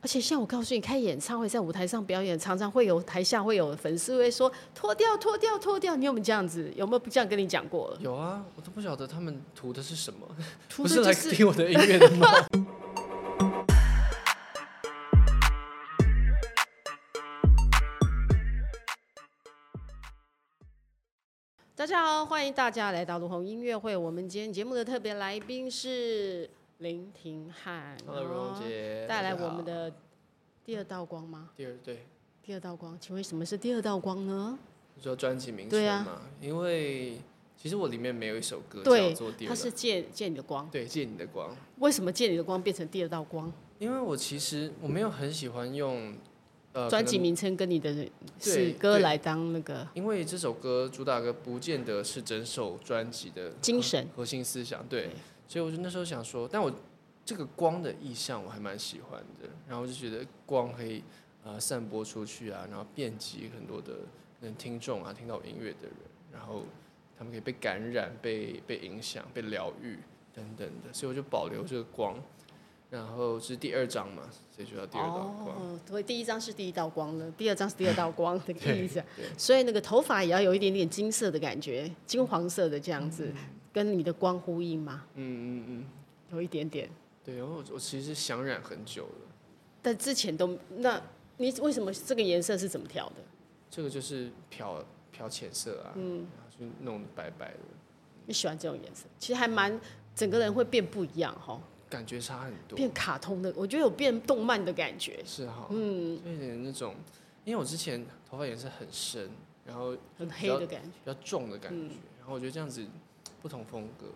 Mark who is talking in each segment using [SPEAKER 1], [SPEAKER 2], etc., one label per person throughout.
[SPEAKER 1] 而且像我告诉你，开演唱会在舞台上表演，常常会有台下会有粉丝会说脱掉、脱掉、脱掉。你有没有这样子？有没有不这样跟你讲过了？
[SPEAKER 2] 有啊，我都不晓得他们涂的是什么，
[SPEAKER 1] 涂
[SPEAKER 2] 不
[SPEAKER 1] 的
[SPEAKER 2] 是
[SPEAKER 1] 就
[SPEAKER 2] 来
[SPEAKER 1] 是
[SPEAKER 2] 听我的音乐的 吗？
[SPEAKER 1] 大家好，欢迎大家来到卢红音乐会。我们今天节目的特别来宾是林廷汉
[SPEAKER 2] Hello，如
[SPEAKER 1] 哦
[SPEAKER 2] 龙姐，
[SPEAKER 1] 带来
[SPEAKER 2] 大家
[SPEAKER 1] 我
[SPEAKER 2] 好
[SPEAKER 1] 们的第二道光吗？
[SPEAKER 2] 第二对，
[SPEAKER 1] 第二道光，请问什么是第二道光呢？
[SPEAKER 2] 你说专辑名称
[SPEAKER 1] 对
[SPEAKER 2] 嘛、
[SPEAKER 1] 啊
[SPEAKER 2] 因为其实我里面没有一首歌
[SPEAKER 1] 对
[SPEAKER 2] 叫做《第
[SPEAKER 1] 它
[SPEAKER 2] 二道
[SPEAKER 1] 是借借你的光。
[SPEAKER 2] 对，借你的光。
[SPEAKER 1] 为什么借你的光变成第二道光？
[SPEAKER 2] 因为我其实我没有很喜欢用呃
[SPEAKER 1] 专，
[SPEAKER 2] 可
[SPEAKER 1] 辑
[SPEAKER 2] 能
[SPEAKER 1] 名称跟你的是
[SPEAKER 2] 对
[SPEAKER 1] 歌
[SPEAKER 2] 对
[SPEAKER 1] 来当那个
[SPEAKER 2] 因为这首歌主打歌不见得是整首专辑的
[SPEAKER 1] 精神。
[SPEAKER 2] 核心思想，对，所以我就那时候想说，但我这个光的意象我还蛮喜欢的，然后我就觉得光可以呃散播出去啊，然后遍及很多的嗯听众啊，听到我音乐的人，然后他们可以被感染、被被影响、被疗愈等等的，所以我就保留这个光，然后是第二章嘛，所以就叫第二道光，
[SPEAKER 1] 哦，所以第一张是第一道光了，第二张是第二道光的意思
[SPEAKER 2] 对。
[SPEAKER 1] 所以那个头发也要有一点点金色的感觉，金黄色的这样子，跟你的光呼应嘛，
[SPEAKER 2] 嗯嗯嗯嗯，
[SPEAKER 1] 有一点点。
[SPEAKER 2] 对，然后我我其实想染很久了。
[SPEAKER 1] 但之前都那，你为什么这个颜色是怎么调的？
[SPEAKER 2] 这个就是漂漂浅色啊，嗯，然后就弄得白白的，
[SPEAKER 1] 你喜欢这种颜色，其实还蛮整个人会变不一样哈，
[SPEAKER 2] 感觉差很多，
[SPEAKER 1] 变卡通的，我觉得有变动漫的感觉，
[SPEAKER 2] 是哈，嗯，就有点那种，因为我之前头发颜色很深，然后
[SPEAKER 1] 很黑的感觉，
[SPEAKER 2] 比较重的感
[SPEAKER 1] 嗯
[SPEAKER 2] 觉，然后我觉得这样子不同风格，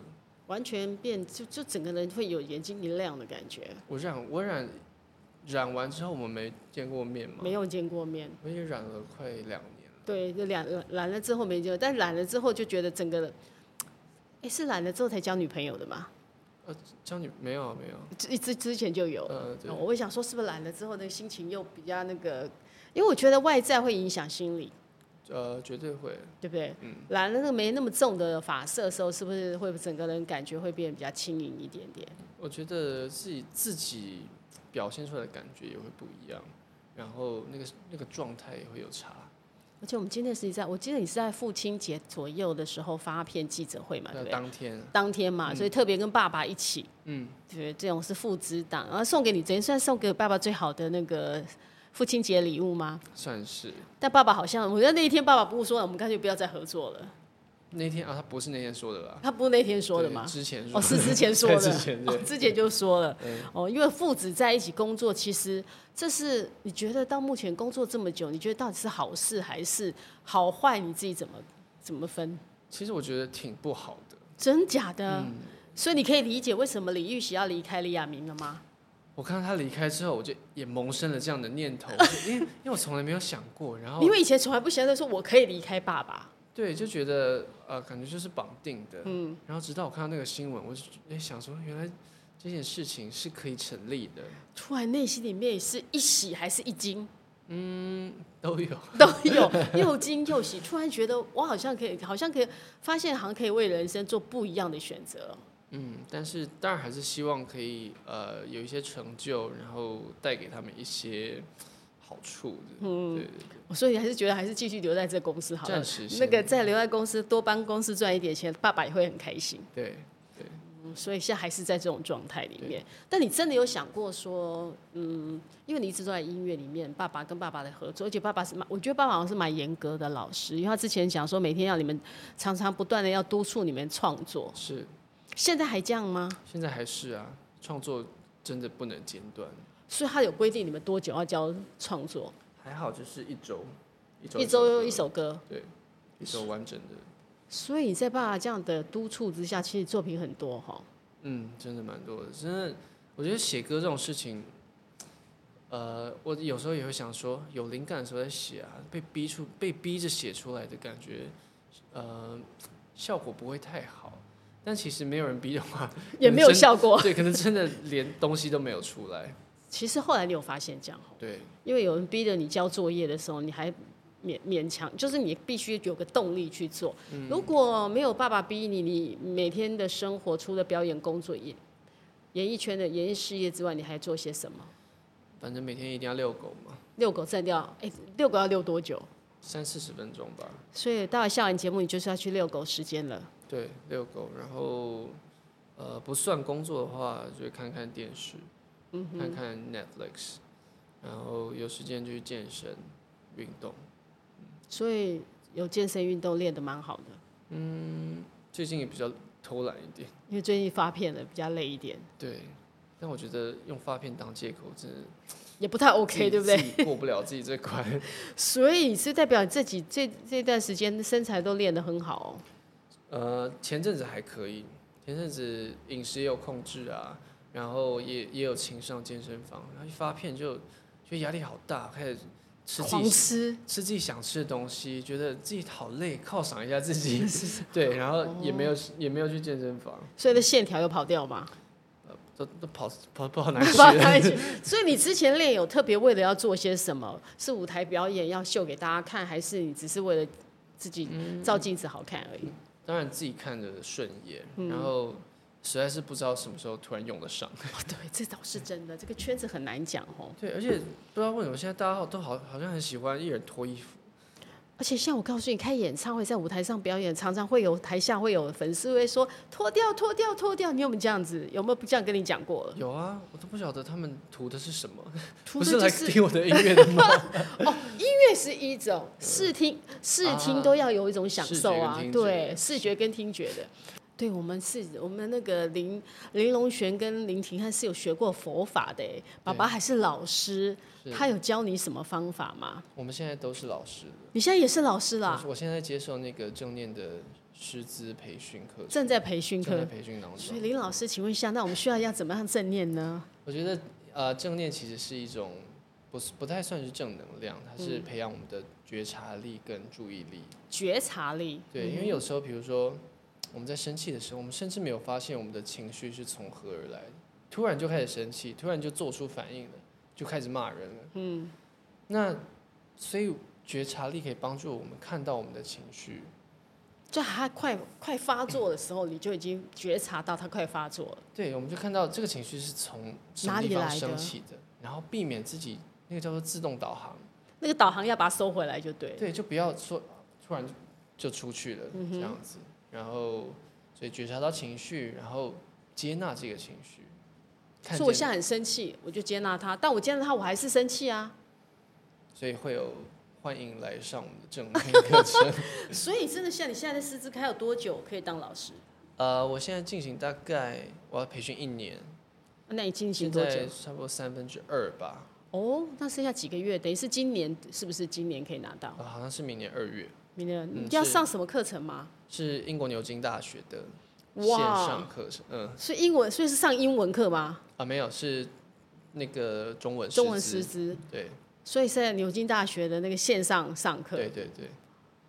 [SPEAKER 1] 完全变就就整个人会有眼睛一亮的感觉，
[SPEAKER 2] 我染我染染完之后我们没见过面嘛，
[SPEAKER 1] 没有见过面。
[SPEAKER 2] 我也染了快两年了，
[SPEAKER 1] 对，就染染了之后没见，但染了之后就觉得整个，哎、是染了之后才交女朋友的嘛？
[SPEAKER 2] 交女没有没有，
[SPEAKER 1] 之之之前就有。
[SPEAKER 2] 呃对
[SPEAKER 1] 哦，我会想说，是不是染了之后那个心情又比较那个？因为我觉得外在会影响心理，
[SPEAKER 2] 呃绝对会，
[SPEAKER 1] 对不对？染了那个没那么重的发色的时候，是不是会整个人感觉会变得比较轻盈一点点？
[SPEAKER 2] 我觉得自己自己表现出来的感觉也会不一样，然后那个那个状态也会有差。
[SPEAKER 1] 而且我们今天是在，我记得你是在父亲节左右的时候发片记者会嘛，对
[SPEAKER 2] 那
[SPEAKER 1] 不对？
[SPEAKER 2] 当天，
[SPEAKER 1] 当天嘛，所以特别跟爸爸一起，
[SPEAKER 2] 嗯，
[SPEAKER 1] 对，这种是父子档，然后送给你，等于算送给爸爸最好的那个父亲节礼物吗？
[SPEAKER 2] 算是
[SPEAKER 1] 但爸爸好像，我觉得那一天爸爸不说了，我们干脆不要再合作了。
[SPEAKER 2] 那天啊，他不是那天说的啦，
[SPEAKER 1] 他不是那天说的
[SPEAKER 2] 对
[SPEAKER 1] 吗？
[SPEAKER 2] 之前说
[SPEAKER 1] 哦，
[SPEAKER 2] 的
[SPEAKER 1] 是之 前说的，
[SPEAKER 2] 在之前
[SPEAKER 1] 哦
[SPEAKER 2] 对，
[SPEAKER 1] 之前就说了
[SPEAKER 2] 嗯。
[SPEAKER 1] 哦，因为父子在一起工作，其实这是你觉得到目前工作这么久，你觉得到底是好事还是好坏？你自己怎么怎么分？
[SPEAKER 2] 其实我觉得挺不好的，
[SPEAKER 1] 真假的？
[SPEAKER 2] 嗯
[SPEAKER 1] 所以你可以理解为什么李玉玺要离开李亚明了吗？
[SPEAKER 2] 我看到他离开之后，我就也萌生了这样的念头，就因为因为我从来没有想过，然后
[SPEAKER 1] 因为以前从来不相信说我可以离开爸爸。
[SPEAKER 2] 对就觉得呃，感觉就是绑定的，嗯，然后直到我看到那个新闻，我就哎想说，原来这件事情是可以成立的，
[SPEAKER 1] 突然内心里面是一喜还是一惊
[SPEAKER 2] 都有，
[SPEAKER 1] 都有，又惊又喜。突然觉得我好像可以，好像可以发现，好像可以为人生做不一样的选择。
[SPEAKER 2] 嗯，但是当然还是希望可以呃有一些成就，然后带给他们一些好处的，嗯，对对对。
[SPEAKER 1] 所以还是觉得还是继续留在这公司好了
[SPEAKER 2] 暂时。先
[SPEAKER 1] 那个再留在公司，多帮公司赚一点钱，爸爸也会很开心。
[SPEAKER 2] 对，
[SPEAKER 1] 嗯所以现在还是在这种状态里面。但你真的有想过说，嗯，因为你一直都在音乐里面，爸爸跟爸爸的合作，而且爸爸是蛮，我觉得爸爸好像是蛮严格的老师，因为他之前讲说每天要你们常常不断的要督促你们创作，
[SPEAKER 2] 是
[SPEAKER 1] 现在还这样吗？
[SPEAKER 2] 现在还是啊，创作真的不能间断。
[SPEAKER 1] 所以他有规定你们多久要交创作，
[SPEAKER 2] 还好就是一周，一周
[SPEAKER 1] 一周一
[SPEAKER 2] 一首
[SPEAKER 1] 首歌。
[SPEAKER 2] 一首完整的，
[SPEAKER 1] 所以在爸爸这样的督促之下，其实作品很多哈。
[SPEAKER 2] 嗯，真的蛮多的。真的，我觉得写歌这种事情，呃，我有时候也会想说，有灵感的时候再写啊，被逼出被逼着写出来的感觉，呃，效果不会太好。但其实没有人逼的话，
[SPEAKER 1] 也没有
[SPEAKER 2] 可能真
[SPEAKER 1] 效果。
[SPEAKER 2] 对，可能真的连东西都没有出来。
[SPEAKER 1] 其实后来你有发现这样哈，
[SPEAKER 2] 对，
[SPEAKER 1] 因为有人逼着你交作业的时候，你还勉勉强，就是你必须有个动力去做。如果没有爸爸逼你，你每天的生活除了表演工作也演艺圈的演艺事业之外，你还做些什么？
[SPEAKER 2] 反正每天一定要遛狗嘛，
[SPEAKER 1] 遛狗散掉，哎、遛狗要遛多久？
[SPEAKER 2] 三四十分钟吧。
[SPEAKER 1] 所以到了下完节目，你就是要去遛狗时间了。
[SPEAKER 2] 对，遛狗，然后呃不算工作的话，就会看看电视，
[SPEAKER 1] 嗯
[SPEAKER 2] 看看 Netflix，然后有时间就去健身、运动。
[SPEAKER 1] 所以有健身运动练得蛮好的，
[SPEAKER 2] 最近也比较偷懒一点，
[SPEAKER 1] 因为最近发片了，比较累一点，
[SPEAKER 2] 对。但我觉得用发片当借口，真的
[SPEAKER 1] 也不太
[SPEAKER 2] 自
[SPEAKER 1] OK，
[SPEAKER 2] 己
[SPEAKER 1] 对不对？
[SPEAKER 2] 自己过不了自己这关。
[SPEAKER 1] 嗯 所以是代表你自己这这段时间身材都练得很好哦。
[SPEAKER 2] 呃，前阵子还可以，前阵子饮食也有控制啊，然后也也有勤上健身房，然后一发片就觉得压力好大，开始吃自
[SPEAKER 1] 狂
[SPEAKER 2] 己
[SPEAKER 1] 吃，
[SPEAKER 2] 吃自己想吃的东西，觉得自己好累，犒赏一下自己。 对，然后也没有、也没有去健身房，
[SPEAKER 1] 所以的线条又跑掉嘛。
[SPEAKER 2] 呃都都跑跑 跑好难去。
[SPEAKER 1] 把它去所以你之前练有特别为了要做些什么？是舞台表演要秀给大家看，还是你只是为了自己
[SPEAKER 2] 嗯
[SPEAKER 1] 照镜子好看而已？
[SPEAKER 2] 当然自己看着顺眼，然后实在是不知道什么时候突然用得上。
[SPEAKER 1] 哦，对，这倒是真的，这个圈子很难讲哦。
[SPEAKER 2] 对，而且不知道为什么现在大家都好好像很喜欢一人脱衣服。
[SPEAKER 1] 而且像我告诉你，开演唱会在舞台上表演，常常会有台下会有粉丝会说脱掉、脱掉、脱掉，你有没有这样子？有没有不这样跟你讲过了？
[SPEAKER 2] 有啊，我都不晓得他们图的是什么，
[SPEAKER 1] 图
[SPEAKER 2] 不
[SPEAKER 1] 的就
[SPEAKER 2] 是来
[SPEAKER 1] 是
[SPEAKER 2] 听我的音 乐的吗？
[SPEAKER 1] 越是一种视听，视听都要有一种享受啊，
[SPEAKER 2] 啊视觉跟听觉
[SPEAKER 1] 对，视觉跟听觉的。对，我们是，我们那个林林龙璇跟林廷汉是有学过佛法的诶，爸爸还是老师，
[SPEAKER 2] 是
[SPEAKER 1] 他有教你什么方法吗？
[SPEAKER 2] 我们现在都是老师的
[SPEAKER 1] 你现在也是老师啦，
[SPEAKER 2] 我我现在接受那个正念的师资培训课程，
[SPEAKER 1] 正在培训
[SPEAKER 2] 正在
[SPEAKER 1] 课。
[SPEAKER 2] 培训当
[SPEAKER 1] 所以
[SPEAKER 2] 中。
[SPEAKER 1] 林老师，请问一下，那我们需要要怎么样正念呢？
[SPEAKER 2] 我觉得呃，正念其实是一种不是不太算是正能量，它
[SPEAKER 1] 嗯
[SPEAKER 2] 是培养我们的觉察力跟注意力。
[SPEAKER 1] 觉察力，
[SPEAKER 2] 对，因为有时候比如说我们在生气的时候，我们甚至没有发现我们的情绪是从何而来的，突然就开始生气，突然就做出反应了，就开始骂人了。嗯，那所以觉察力可以帮助我们看到我们的情绪。
[SPEAKER 1] 就他快快发作的时候，你就已经觉察到他快发作了。
[SPEAKER 2] 对，我们就看到这个情绪是从什
[SPEAKER 1] 哪
[SPEAKER 2] 么
[SPEAKER 1] 里
[SPEAKER 2] 地方
[SPEAKER 1] 来的
[SPEAKER 2] 升起的，然后避免自己那个叫做自动导航，
[SPEAKER 1] 那个导航要把它收回来就对了。嗯
[SPEAKER 2] 对，就不要说突然就出去了、这样子，然后所以觉察到情绪，然后接纳这个情绪，看
[SPEAKER 1] 所以我
[SPEAKER 2] 见，
[SPEAKER 1] 现在很生气，我就接纳他，但我接纳他，我还是生气啊。
[SPEAKER 2] 所以会有欢迎来上我们的 正念课程。
[SPEAKER 1] 所以真的像你现在的师资开有多久可以当老师？
[SPEAKER 2] 呃，我现在进行大概我要培训一年，
[SPEAKER 1] 那你进行
[SPEAKER 2] 现
[SPEAKER 1] 多久
[SPEAKER 2] 在？差不多三分之二吧，
[SPEAKER 1] 哦，那剩下几个月，等于是今年是不是今年可以拿到？
[SPEAKER 2] 呃好像是明年二月，
[SPEAKER 1] 明年
[SPEAKER 2] 嗯
[SPEAKER 1] 你要
[SPEAKER 2] 是
[SPEAKER 1] 上什么课程吗？
[SPEAKER 2] 是英国牛津大学的线
[SPEAKER 1] 哇
[SPEAKER 2] 上，课程，嗯。
[SPEAKER 1] 所以英文，所以是上英文课吗？
[SPEAKER 2] 啊，没有，是那个中文
[SPEAKER 1] 中文
[SPEAKER 2] 呃师
[SPEAKER 1] 师
[SPEAKER 2] 资，
[SPEAKER 1] 资，
[SPEAKER 2] 对
[SPEAKER 1] 所以是在牛津大学的那个线上上课。
[SPEAKER 2] 对对对，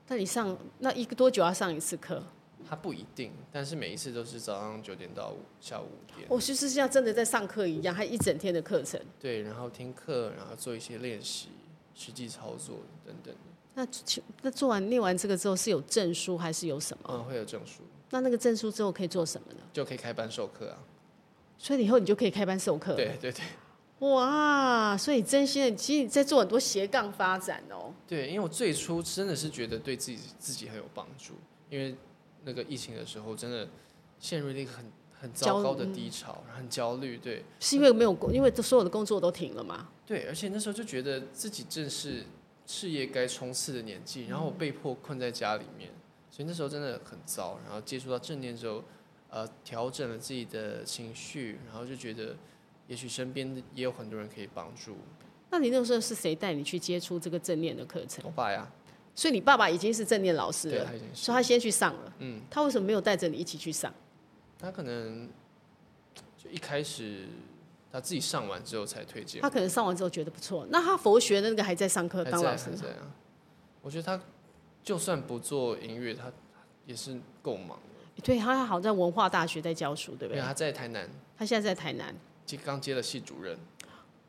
[SPEAKER 1] 那你上那一个多久要上一次课？
[SPEAKER 2] 它不一定，但是每一次都是早上九点到下午五点，
[SPEAKER 1] 我哦就是像真的在上课一样，还一整天的课程。
[SPEAKER 2] 对，然后听课，然后做一些练习、实际操作等等，
[SPEAKER 1] 那请那做完念完这个之后是有证书还是有什么？
[SPEAKER 2] 嗯，会有证书，
[SPEAKER 1] 那那个证书之后可以做什么呢？
[SPEAKER 2] 就可以开班授课啊，
[SPEAKER 1] 所以以后你就可以开班授课。
[SPEAKER 2] 对对对
[SPEAKER 1] 哇，所以真心的，其实你在做很多斜杠发展哦。
[SPEAKER 2] 对，因为我最初真的是觉得对自己自己很有帮助，因为那个疫情的时候真的陷入了一个很很糟
[SPEAKER 1] 焦
[SPEAKER 2] 糕的低潮，很焦虑，对，
[SPEAKER 1] 是因为没有工，因为所有的工作都停了嘛。
[SPEAKER 2] 对，而且那时候就觉得自己正是事业该冲刺的年纪，然
[SPEAKER 1] 嗯
[SPEAKER 2] 后我被迫困在家里面，所以那时候真的很糟。然后接触到正念之后，呃，调整了自己的情绪，然后就觉得也许身边的也有很多人可以帮助
[SPEAKER 1] 那你那时候是谁带你去接触这个正念的课程？
[SPEAKER 2] 我爸呀，
[SPEAKER 1] 所以你爸爸已经是正念老师
[SPEAKER 2] 对
[SPEAKER 1] 了，
[SPEAKER 2] 他已经是，
[SPEAKER 1] 所以他先去上了。
[SPEAKER 2] 嗯，
[SPEAKER 1] 他为什么没有带着你一起去上？
[SPEAKER 2] 他可能就一开始他自己上完之后才推荐我，
[SPEAKER 1] 他可能上完之后觉得不错。那他佛学的那个还在上课
[SPEAKER 2] 还
[SPEAKER 1] 当老
[SPEAKER 2] 在
[SPEAKER 1] 师
[SPEAKER 2] 还，在啊。我觉得他就算不做音乐，他也是够忙的，
[SPEAKER 1] 对他好像在文化大学在教书，对不
[SPEAKER 2] 因为
[SPEAKER 1] 对？
[SPEAKER 2] 他在台南。
[SPEAKER 1] 他现在在台南。
[SPEAKER 2] 接刚接了系主任，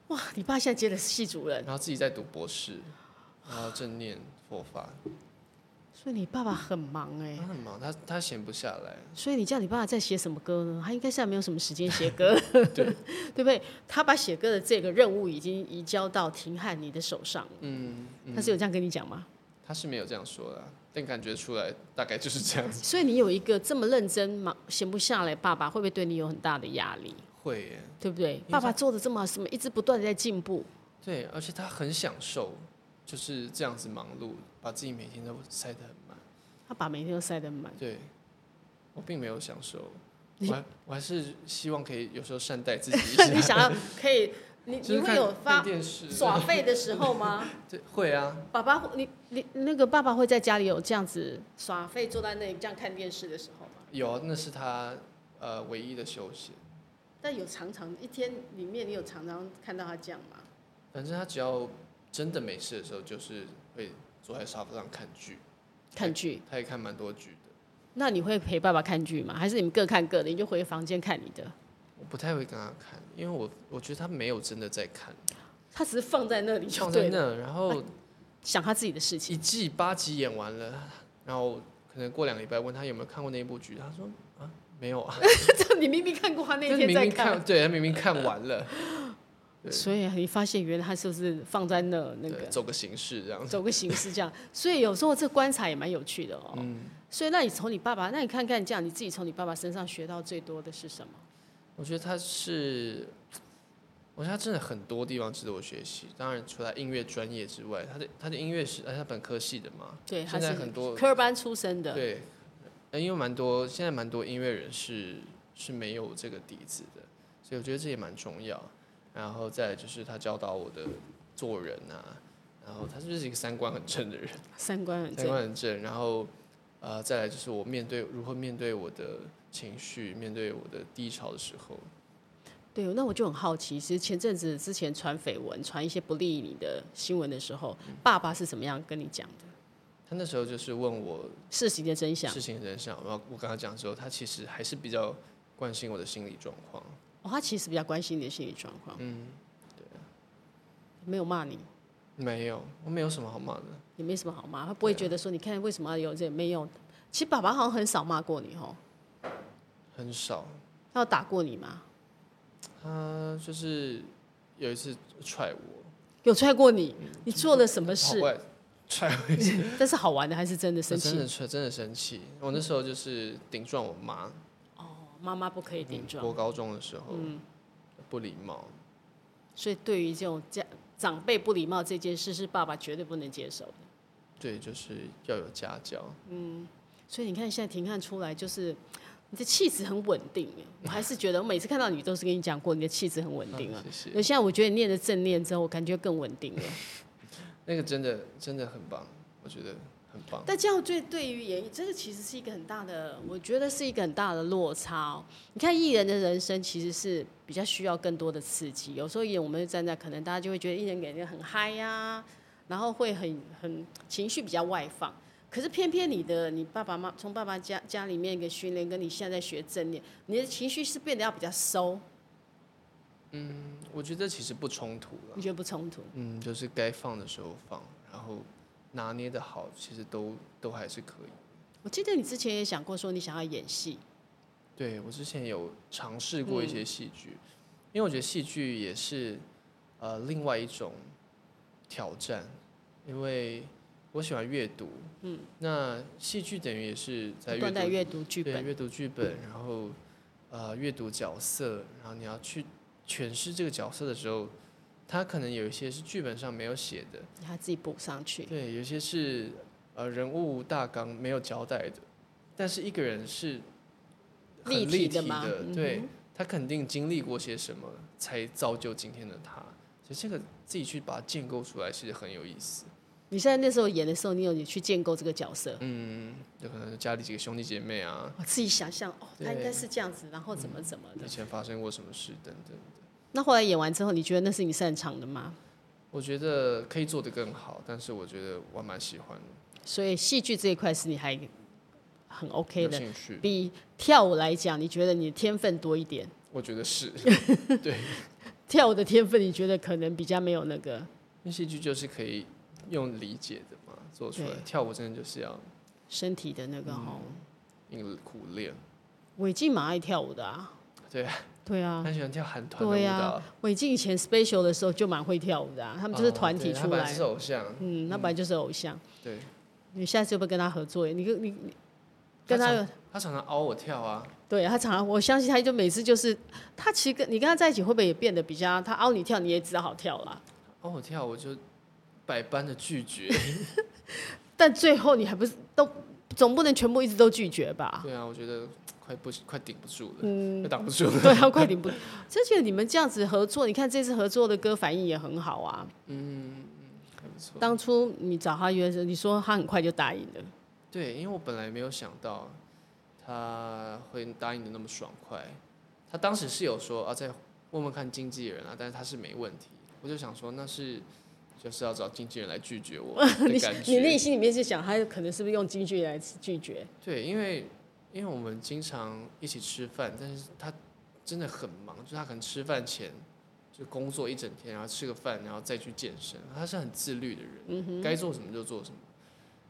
[SPEAKER 1] 哇，你爸现在接的是系主任，
[SPEAKER 2] 然后自己在读博士，然后正念佛法，
[SPEAKER 1] 所以你爸爸很忙哎、
[SPEAKER 2] 他很忙，他他闲不下来。
[SPEAKER 1] 所以你叫你爸爸在写什么歌呢？他应该现在没有什么时间写歌，
[SPEAKER 2] 对
[SPEAKER 1] 对不对？他把写歌的这个任务已经移交到廷汉你的手上，
[SPEAKER 2] 嗯，嗯
[SPEAKER 1] 他是有这样跟你讲吗？
[SPEAKER 2] 他是没有这样说的啊，但感觉出来大概就是这 样子。
[SPEAKER 1] 所以你有一个这么认真忙闲不下来，爸爸会不会对你有很大的压力？
[SPEAKER 2] 会耶，
[SPEAKER 1] 对不对？
[SPEAKER 2] 他
[SPEAKER 1] 爸爸做的这么好，什么一直不断的在进步，
[SPEAKER 2] 对，而且他很享受，就是这样子忙碌，把自己每天都塞得很满。
[SPEAKER 1] 他把每天都塞得很 满。
[SPEAKER 2] 对，我并没有享受，我还我还是希望可以有时候善待自己 一
[SPEAKER 1] 你
[SPEAKER 2] 下。
[SPEAKER 1] 想要可以，你你
[SPEAKER 2] 就是
[SPEAKER 1] 会
[SPEAKER 2] 看
[SPEAKER 1] 有
[SPEAKER 2] 看
[SPEAKER 1] 发
[SPEAKER 2] 电视，
[SPEAKER 1] 耍废的时候吗？
[SPEAKER 2] 对，会啊，
[SPEAKER 1] 爸爸，你你那个爸爸会在家里有这样子耍废，坐在那里这样看电视的时候吗？
[SPEAKER 2] 有啊，那是他呃唯一的休息。
[SPEAKER 1] 但有常常一天里面，你有常常看到他这样吗？
[SPEAKER 2] 反正他只要真的没事的时候，就是会坐在沙发上看剧，
[SPEAKER 1] 看剧，
[SPEAKER 2] 他也看蛮多剧的。
[SPEAKER 1] 那你会陪爸爸看剧吗？还是你们各看各的？你就回房间看你的。
[SPEAKER 2] 我不太会跟他看，因为我我觉得他没有真的在看，
[SPEAKER 1] 他只是放在那里就
[SPEAKER 2] 放在
[SPEAKER 1] 对了，
[SPEAKER 2] 那，然后
[SPEAKER 1] 想他自己的事情。
[SPEAKER 2] 一季八集演完了，然后可能过两个礼拜问他有没有看过那一部剧，他说啊没有啊，
[SPEAKER 1] 这你明明看过他那
[SPEAKER 2] 但是
[SPEAKER 1] 天
[SPEAKER 2] 明
[SPEAKER 1] 在
[SPEAKER 2] 明看，对他明明看完了，对
[SPEAKER 1] 所以你发现原来他就是放在 那那
[SPEAKER 2] 对
[SPEAKER 1] 个
[SPEAKER 2] 走个形式这样子。
[SPEAKER 1] 走个形式这样，所以有时候这观察也蛮有趣的哦。
[SPEAKER 2] 嗯，
[SPEAKER 1] 所以那你从你爸爸，那你看看这样，你自己从你爸爸身上学到最多的是什么？
[SPEAKER 2] 我觉得他是，我觉得他真的很多地方值得我学习。当然，除了音乐专业之外，他的他的音乐是，哎，他本科系的嘛，
[SPEAKER 1] 对，他
[SPEAKER 2] 现
[SPEAKER 1] 是
[SPEAKER 2] 在很多
[SPEAKER 1] 科班出身的，
[SPEAKER 2] 对，呃因为蛮多现在蛮多音乐人是是没有这个底子的，所以我觉得这也蛮重要。然后再来就是他教导我的做人啊，然后他就是一个三观很正的人，
[SPEAKER 1] 三观很
[SPEAKER 2] 三
[SPEAKER 1] 正。
[SPEAKER 2] 观很正。然后呃，再来就是我面对如何面对我的情绪，面对我的低潮的时候，
[SPEAKER 1] 对，那我就很好奇，其实前阵子之前传绯闻、传一些不利你的新闻的时候，
[SPEAKER 2] 嗯
[SPEAKER 1] 爸爸是怎么样跟你讲的？
[SPEAKER 2] 他那时候就是问我
[SPEAKER 1] 事情的真相。
[SPEAKER 2] 事情的真相，然后我跟他讲之后，他其实还是比较关心我的心理状况。
[SPEAKER 1] 哦，他其实比较关心你的心理状况，啊
[SPEAKER 2] 嗯，
[SPEAKER 1] 没有骂你，
[SPEAKER 2] 没有，我没有什么好骂的。
[SPEAKER 1] 也没什么好骂，他不
[SPEAKER 2] 啊
[SPEAKER 1] 会觉得说你看为什么要有这没有。其实爸爸好像很少骂过你哦，
[SPEAKER 2] 很少。
[SPEAKER 1] 他有打过你吗？
[SPEAKER 2] 他就是有一次踹我，
[SPEAKER 1] 有踹过你？
[SPEAKER 2] 嗯
[SPEAKER 1] 你做了什么
[SPEAKER 2] 跑
[SPEAKER 1] 事？
[SPEAKER 2] 过来踹我，
[SPEAKER 1] 但是好玩的还是真的
[SPEAKER 2] 我
[SPEAKER 1] 生
[SPEAKER 2] 真
[SPEAKER 1] 气
[SPEAKER 2] 的踹，真的生气。我那时候就是顶撞我妈，
[SPEAKER 1] 哦，妈妈不可以顶撞，
[SPEAKER 2] 嗯
[SPEAKER 1] 嗯
[SPEAKER 2] 我高中的时候，不礼貌。
[SPEAKER 1] 所以对于这种家长辈不礼貌这件事，是爸爸绝对不能接受的。
[SPEAKER 2] 对，就是要有家教。
[SPEAKER 1] 所以你看现在庭看出来，就是你的气质很稳定耶，我还是觉得我每次看到你都是跟你讲过，你的气质很稳定 啊
[SPEAKER 2] 啊。谢谢。
[SPEAKER 1] 那现在我觉得你念了正念之后，我感觉更稳定了。
[SPEAKER 2] 那个真的真的很棒，我觉得很棒。
[SPEAKER 1] 但这样对对于演艺，这个其实是一个很大的，我觉得是一个很大的落差、哦。你看艺人的人生其实是比较需要更多的刺激，有时候演我们就站在，可能大家就会觉得艺人给人很嗨呀、然后会很很情绪比较外放。可是偏偏你的你爸爸妈从爸爸家家里面一个训练，跟你现在在学正念，你的情绪是变得要比较收，
[SPEAKER 2] 嗯，我觉得其实不冲突了
[SPEAKER 1] 你。觉得不冲突？
[SPEAKER 2] 嗯，就是该放的时候放，然后拿捏的好，其实都都还是可以。
[SPEAKER 1] 我记得你之前也想过说你想要演戏，
[SPEAKER 2] 对我之前有尝试
[SPEAKER 1] 嗯
[SPEAKER 2] 过一些戏剧，因为我觉得戏剧也是呃另外一种挑战，因为我喜欢阅读，嗯，那戏剧等于也是在
[SPEAKER 1] 不
[SPEAKER 2] 阅
[SPEAKER 1] 断在
[SPEAKER 2] 读
[SPEAKER 1] 阅读剧
[SPEAKER 2] 对
[SPEAKER 1] 本，
[SPEAKER 2] 阅读剧本，然后呃阅读角色，然后你要去诠释这个角色的时候，他可能有一些是剧本上没有写的，
[SPEAKER 1] 你还自己补上去。
[SPEAKER 2] 对，有些是呃人物大纲没有交代的，但是一个人是很
[SPEAKER 1] 立
[SPEAKER 2] 立
[SPEAKER 1] 体
[SPEAKER 2] 体
[SPEAKER 1] 的吗嗯
[SPEAKER 2] 对他肯定经历过些什么，才造就今天的他。所以这个自己去把它建构出来，其实很有意思。
[SPEAKER 1] 你现在那时候演的时候，你有你去建构这个角色，
[SPEAKER 2] 嗯，有可能家里几个兄弟姐妹啊，
[SPEAKER 1] 我自己想象哦，
[SPEAKER 2] 对
[SPEAKER 1] 他应该是这样子，然后怎么怎么的
[SPEAKER 2] 以。前发生过什么事等等。
[SPEAKER 1] 那后来演完之后，你觉得那是你擅长的吗？
[SPEAKER 2] 我觉得可以做得更好，但是我觉得我还蛮喜欢的，
[SPEAKER 1] 所以戏剧这一块是你还很 OK
[SPEAKER 2] 有
[SPEAKER 1] 的，
[SPEAKER 2] 兴趣。
[SPEAKER 1] 比跳舞来讲，你觉得你的天分多一点？
[SPEAKER 2] 我觉得 是，
[SPEAKER 1] 跳舞的天分你觉得可能比较没有那个，
[SPEAKER 2] 因为戏剧就是可以用理解的嘛做出来
[SPEAKER 1] 对，
[SPEAKER 2] 跳舞真的就是要
[SPEAKER 1] 身体的那
[SPEAKER 2] 嗯
[SPEAKER 1] 个哈、
[SPEAKER 2] 因为苦练，
[SPEAKER 1] 韦静蛮爱跳舞的啊。
[SPEAKER 2] 对
[SPEAKER 1] 啊。对啊。
[SPEAKER 2] 他喜欢跳韩团的
[SPEAKER 1] 对
[SPEAKER 2] 舞
[SPEAKER 1] 呀
[SPEAKER 2] 蹈，，
[SPEAKER 1] 韦静以前 special 的时候就蛮会跳舞的、啊，他们就是
[SPEAKER 2] 哦
[SPEAKER 1] 团
[SPEAKER 2] 对
[SPEAKER 1] 体
[SPEAKER 2] 他
[SPEAKER 1] 出
[SPEAKER 2] 本
[SPEAKER 1] 来
[SPEAKER 2] 来，是偶像，
[SPEAKER 1] 嗯，他本来就是偶像。
[SPEAKER 2] 对，
[SPEAKER 1] 你下次要不要跟他合作？你跟你你跟
[SPEAKER 2] 他
[SPEAKER 1] 他
[SPEAKER 2] 常
[SPEAKER 1] 有，
[SPEAKER 2] 他常常凹我跳啊，
[SPEAKER 1] 对他常常，我相信他就每次就是他其实跟你跟他在一起会不会也变得比较，他凹你跳你也只好跳啦。
[SPEAKER 2] 凹我跳我就百般的拒绝，
[SPEAKER 1] 但最后你还不是都总不能全部一直都拒绝吧？
[SPEAKER 2] 对啊，我觉得快不快顶不住了， 快挡不住了，
[SPEAKER 1] 对啊，快点不，真觉得你们这样子合作，你看这次合作的歌反应也很好啊。
[SPEAKER 2] 嗯，嗯还不错。
[SPEAKER 1] 当初你找他约的时候，你说他很快就答应了，
[SPEAKER 2] 对，因为我本来没有想到他会答应的那么爽快。他当时是有说啊，再问问看经纪人啊，但是他是没问题。我就想说，那是就是要找经纪人来拒绝我的
[SPEAKER 1] 你
[SPEAKER 2] 感
[SPEAKER 1] 你内
[SPEAKER 2] 觉。
[SPEAKER 1] 心里面是想他可能是不是用京剧来拒绝？
[SPEAKER 2] 对，因为因为我们经常一起吃饭，但是他真的很忙，就是他可能吃饭前就工作一整天，然后吃个饭，然后再去健身。他是很自律的人。
[SPEAKER 1] 嗯哼，
[SPEAKER 2] 该做什么就做什么。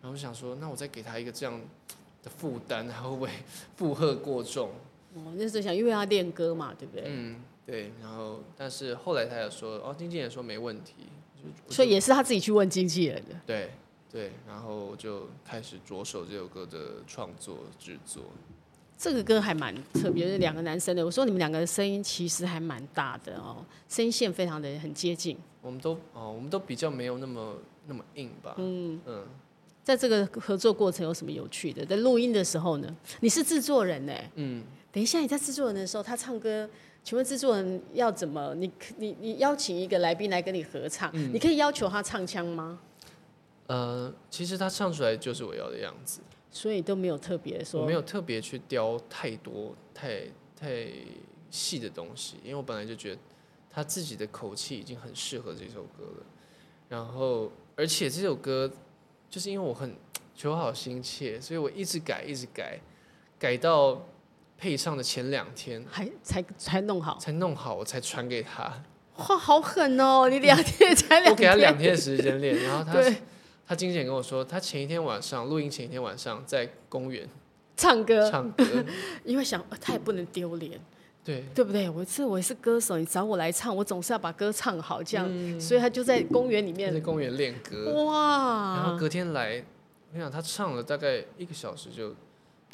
[SPEAKER 2] 然后我想说，那我再给他一个这样的负担，他会不会 负荷过重？
[SPEAKER 1] 我哦那时候想，因为他练歌嘛，对不对？
[SPEAKER 2] 嗯，对。然后，但是后来他也说，哦，经纪人说没问题，就我就
[SPEAKER 1] 所以也是他自己去问经纪人的。
[SPEAKER 2] 对对。然后我就开始着手这首歌的创作制作。
[SPEAKER 1] 这个歌还蛮特别，就是两个男生的。我说你们两个声音其实还蛮大的哦，声线非常的很接近。
[SPEAKER 2] 我们都哦，我们都比较没有那么那么硬吧。嗯嗯，
[SPEAKER 1] 在这个合作过程有什么有趣的？在录音的时候呢，你是制作人呢、
[SPEAKER 2] 嗯，
[SPEAKER 1] 等一下你在制作人的时候，他唱歌，请问制作人要怎么？你你你邀请一个来宾来跟你合唱，
[SPEAKER 2] 嗯
[SPEAKER 1] 你可以要求他唱腔吗？
[SPEAKER 2] 呃，其实他唱出来就是我要的样子。
[SPEAKER 1] 所以都没有特别
[SPEAKER 2] 我
[SPEAKER 1] 说
[SPEAKER 2] 没，有特别去雕太多太太细的东西，因为我本来就觉得他自己的口气已经很适合这首歌了。然后，而且这首歌就是因为我很求好心切，所以我一直改，一直改，改到配唱的前两天
[SPEAKER 1] 还才才弄好，
[SPEAKER 2] 才弄好，我才传给他。
[SPEAKER 1] 哇，好狠哦！你两天才
[SPEAKER 2] 我
[SPEAKER 1] 两
[SPEAKER 2] 给他
[SPEAKER 1] 天，
[SPEAKER 2] 两天的时间练，然后他
[SPEAKER 1] 对
[SPEAKER 2] 他经纪人跟我说，他前一天晚上录音前一天晚上在公园
[SPEAKER 1] 唱歌，
[SPEAKER 2] 唱歌，
[SPEAKER 1] 因为想呃他也不能丢脸。
[SPEAKER 2] 对。
[SPEAKER 1] 对不对？我是我也是歌手，你找我来唱，我总是要把歌唱好，这样，
[SPEAKER 2] 嗯
[SPEAKER 1] 所以他就在公园里
[SPEAKER 2] 他 在
[SPEAKER 1] 面，
[SPEAKER 2] 公园练歌，嗯然后
[SPEAKER 1] 哇，
[SPEAKER 2] 隔天来，我想他唱了大概一个小时就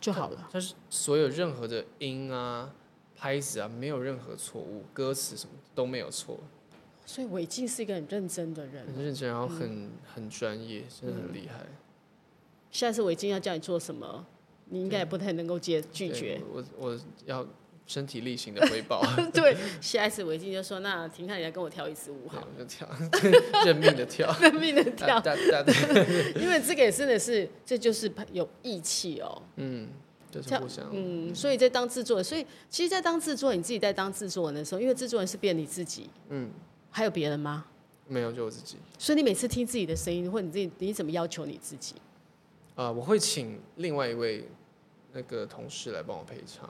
[SPEAKER 1] 就好了。，
[SPEAKER 2] 但是所有任何的音啊、拍子啊，没有任何错误，歌词什么都没有错，
[SPEAKER 1] 所以韦静是一个很认真的人。
[SPEAKER 2] 很认真，然
[SPEAKER 1] 嗯
[SPEAKER 2] 后很、很专业，真的很厉害。
[SPEAKER 1] 下次韦静要叫你做什么，你应该也不太能够接拒
[SPEAKER 2] 对
[SPEAKER 1] 绝。，
[SPEAKER 2] 我我我要身体力行的回 报，
[SPEAKER 1] 对，下一次韦静就说：“那婷看你来跟我跳一支舞
[SPEAKER 2] 对
[SPEAKER 1] 好，
[SPEAKER 2] 我就跳，认命的跳，
[SPEAKER 1] 认命的跳
[SPEAKER 2] 哒，哒哒哒，
[SPEAKER 1] 因为这个也真的是，这就是有义气哦。”
[SPEAKER 2] 嗯，就是
[SPEAKER 1] 跳
[SPEAKER 2] 互相，
[SPEAKER 1] 嗯，所以在当制作人，所以其实，在当制作人，你自己在当制作人的时候，因为制作人是变你自己，
[SPEAKER 2] 嗯，
[SPEAKER 1] 还有别人吗？
[SPEAKER 2] 没有就我自己。
[SPEAKER 1] 所以你每次听自己的声音，或者你自己，你怎么要求你自己？
[SPEAKER 2] 啊，我会请另外一位那个同事来帮我配唱，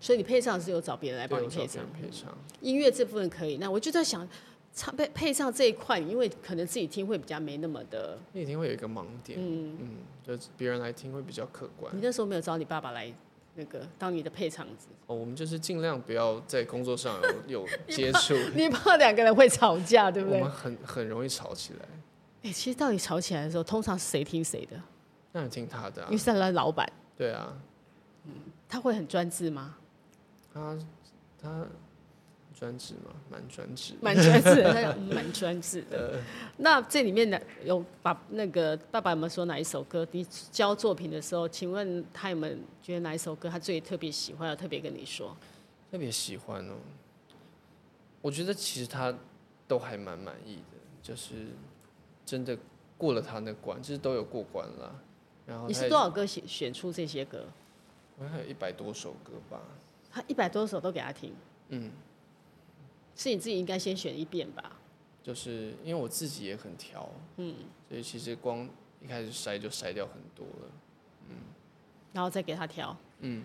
[SPEAKER 1] 所以你配唱是有找别人来
[SPEAKER 2] 对
[SPEAKER 1] 帮你
[SPEAKER 2] 我找
[SPEAKER 1] 配
[SPEAKER 2] 别
[SPEAKER 1] 唱
[SPEAKER 2] 人，配唱。
[SPEAKER 1] 音乐这部分可以。那我就在想，唱配配唱这一块，因为可能自己听会比较没那么的。
[SPEAKER 2] 那一定会有一个盲点，嗯就是别人来听会比较客观
[SPEAKER 1] 你。那时候没有找你爸爸来那个当你的配唱 子，
[SPEAKER 2] 哦，我们就是尽量不要在工作上 有有接触，
[SPEAKER 1] 你怕两个人会吵架，对不
[SPEAKER 2] 我
[SPEAKER 1] 对？
[SPEAKER 2] 们
[SPEAKER 1] 哎、
[SPEAKER 2] 很很容易吵起来。
[SPEAKER 1] 其实到底吵起来的时候，通常是谁听谁的？
[SPEAKER 2] 那你听他的、
[SPEAKER 1] 因
[SPEAKER 2] 啊
[SPEAKER 1] 为，是他的老板，
[SPEAKER 2] 对啊，
[SPEAKER 1] 他会很专制吗？
[SPEAKER 2] 他他专制嘛，蛮专制的。
[SPEAKER 1] 蛮专制的，他 讲嗯蛮专制
[SPEAKER 2] 呃
[SPEAKER 1] 的。那这里面呢，有把那个爸爸有没有说哪一首歌？你交作品的时候，请问他有没有觉得哪一首歌他最特别喜欢，要特别跟你说？
[SPEAKER 2] 特别喜欢哦。我觉得其实他都还蛮满意的，就是真的过了他那关，就是都有过关啦。然后
[SPEAKER 1] 你
[SPEAKER 2] 他
[SPEAKER 1] 是
[SPEAKER 2] 也
[SPEAKER 1] 多少歌选选出这些歌？
[SPEAKER 2] 好像有一百多首歌吧，
[SPEAKER 1] 他一百多首都给他听，
[SPEAKER 2] 嗯。
[SPEAKER 1] 是你自己应该先选一遍吧？
[SPEAKER 2] 就是因为我自己也很挑，嗯，所以其实光一开始筛就筛掉很多了。
[SPEAKER 1] 然后再给他挑。嗯，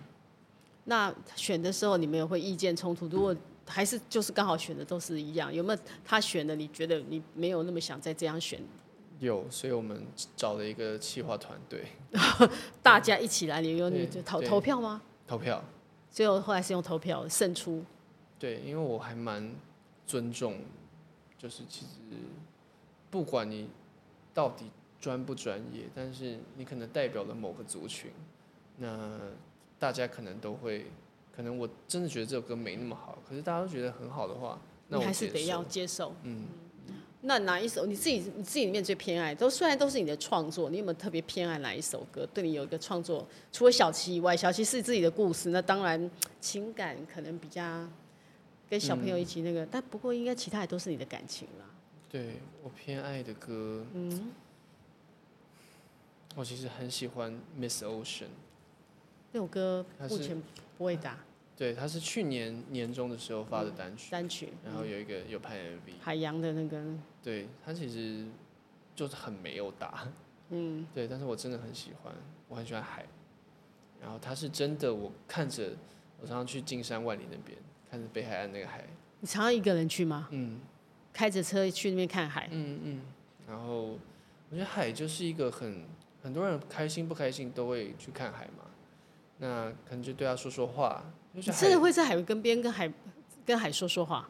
[SPEAKER 1] 那选的时候你们有会意见冲突？如果还是就是刚好选的都是一样，有没有他选的你觉得你没有那么想再这样选？
[SPEAKER 2] 有，所以我们找了一个企划团队
[SPEAKER 1] 大家一起来，你有你
[SPEAKER 2] 对
[SPEAKER 1] 就投
[SPEAKER 2] 对
[SPEAKER 1] 投票吗？
[SPEAKER 2] 投票。
[SPEAKER 1] 最后后来是用投票胜出，
[SPEAKER 2] 对，因为我还蛮尊重，就是其实不管你到底专不专业，但是你可能代表了某个族群，那大家可能都会，可能我真的觉得这首歌没那么好，可是大家都觉得很好的话，那
[SPEAKER 1] 你
[SPEAKER 2] 我
[SPEAKER 1] 还是
[SPEAKER 2] 接
[SPEAKER 1] 得
[SPEAKER 2] 受
[SPEAKER 1] 要接受。
[SPEAKER 2] 嗯，
[SPEAKER 1] 那哪一首你自己你自己里面最偏爱？都虽然都是你的创作，你有没有特别偏爱哪一首歌？对你有一个创作，除了小琪以外，小琪是自己的故事，那当然情感可能比较跟小朋友一起那个，
[SPEAKER 2] 嗯
[SPEAKER 1] 但不过应该其他也都是你的感情啦。
[SPEAKER 2] 对我偏爱的歌，嗯，我其实很喜欢 Miss Ocean。
[SPEAKER 1] 那首歌
[SPEAKER 2] 它是
[SPEAKER 1] 目前不会打
[SPEAKER 2] 对，它是去年年中的时候发的单曲，
[SPEAKER 1] 单曲，
[SPEAKER 2] 然后有一个有拍 MV，
[SPEAKER 1] 海洋的那个
[SPEAKER 2] 对，它其实就是很没有打，嗯， 对，但是我真的很喜欢，我很喜欢海，然后它是真的，我看着我常常去金山万里那边，看着北海岸那个海，
[SPEAKER 1] 你常常一个人去吗？
[SPEAKER 2] 嗯
[SPEAKER 1] 开着车去那边看海，
[SPEAKER 2] 嗯嗯，然后我觉得海就是一个很很多人开心不开心都会去看海嘛，那可能就对他说说话，就
[SPEAKER 1] 你
[SPEAKER 2] 是
[SPEAKER 1] 真
[SPEAKER 2] 海
[SPEAKER 1] 的，会在海边边跟海跟海说说话。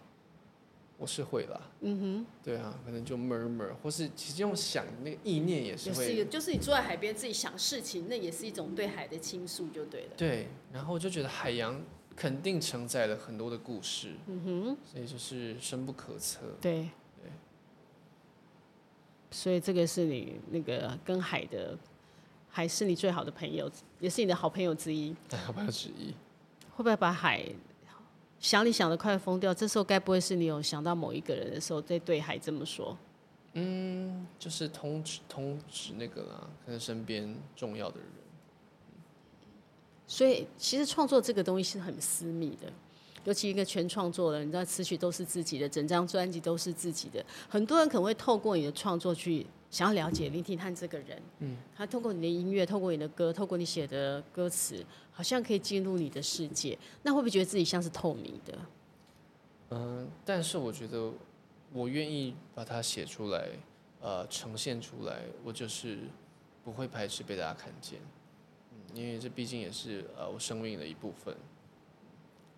[SPEAKER 2] 我是会啦，嗯哼，对啊，可能就 murmur，或是其实用想那个意念也是
[SPEAKER 1] 也
[SPEAKER 2] 会
[SPEAKER 1] 是一个，就是你坐在海边自己想事情，那也是一种对海的倾诉，就对了。
[SPEAKER 2] 对，然后我就觉得海洋肯定承载了很多的故事，嗯哼，所以就是深不可测。
[SPEAKER 1] 对，所以这个是你那个跟海的，海是你最好的朋友，也是你的好朋友之一。
[SPEAKER 2] 要不要质疑？
[SPEAKER 1] 会不会把海想你想的快疯掉？这时候该不会是你有想到某一个人的时候，在对海这么说？
[SPEAKER 2] 嗯， 就是通知通知那个啦，可能身边重要的人。
[SPEAKER 1] 所以其实创作这个东西是很私密的，尤其一个全创作的人，你知道词曲都是自己的，整张专辑都是自己的。很多人可能会透过你的创作去想要了解林廷汉这个人，嗯，他透过你的音乐，透过你的歌，透过你写的歌词，好像可以进入你的世界。那会不会觉得自己像是透明的？
[SPEAKER 2] 嗯，但是我觉得我愿意把它写出来，呃，呈现出来，我就是不会排斥被大家看见。嗯，因为这毕竟也是呃我生命的一部分。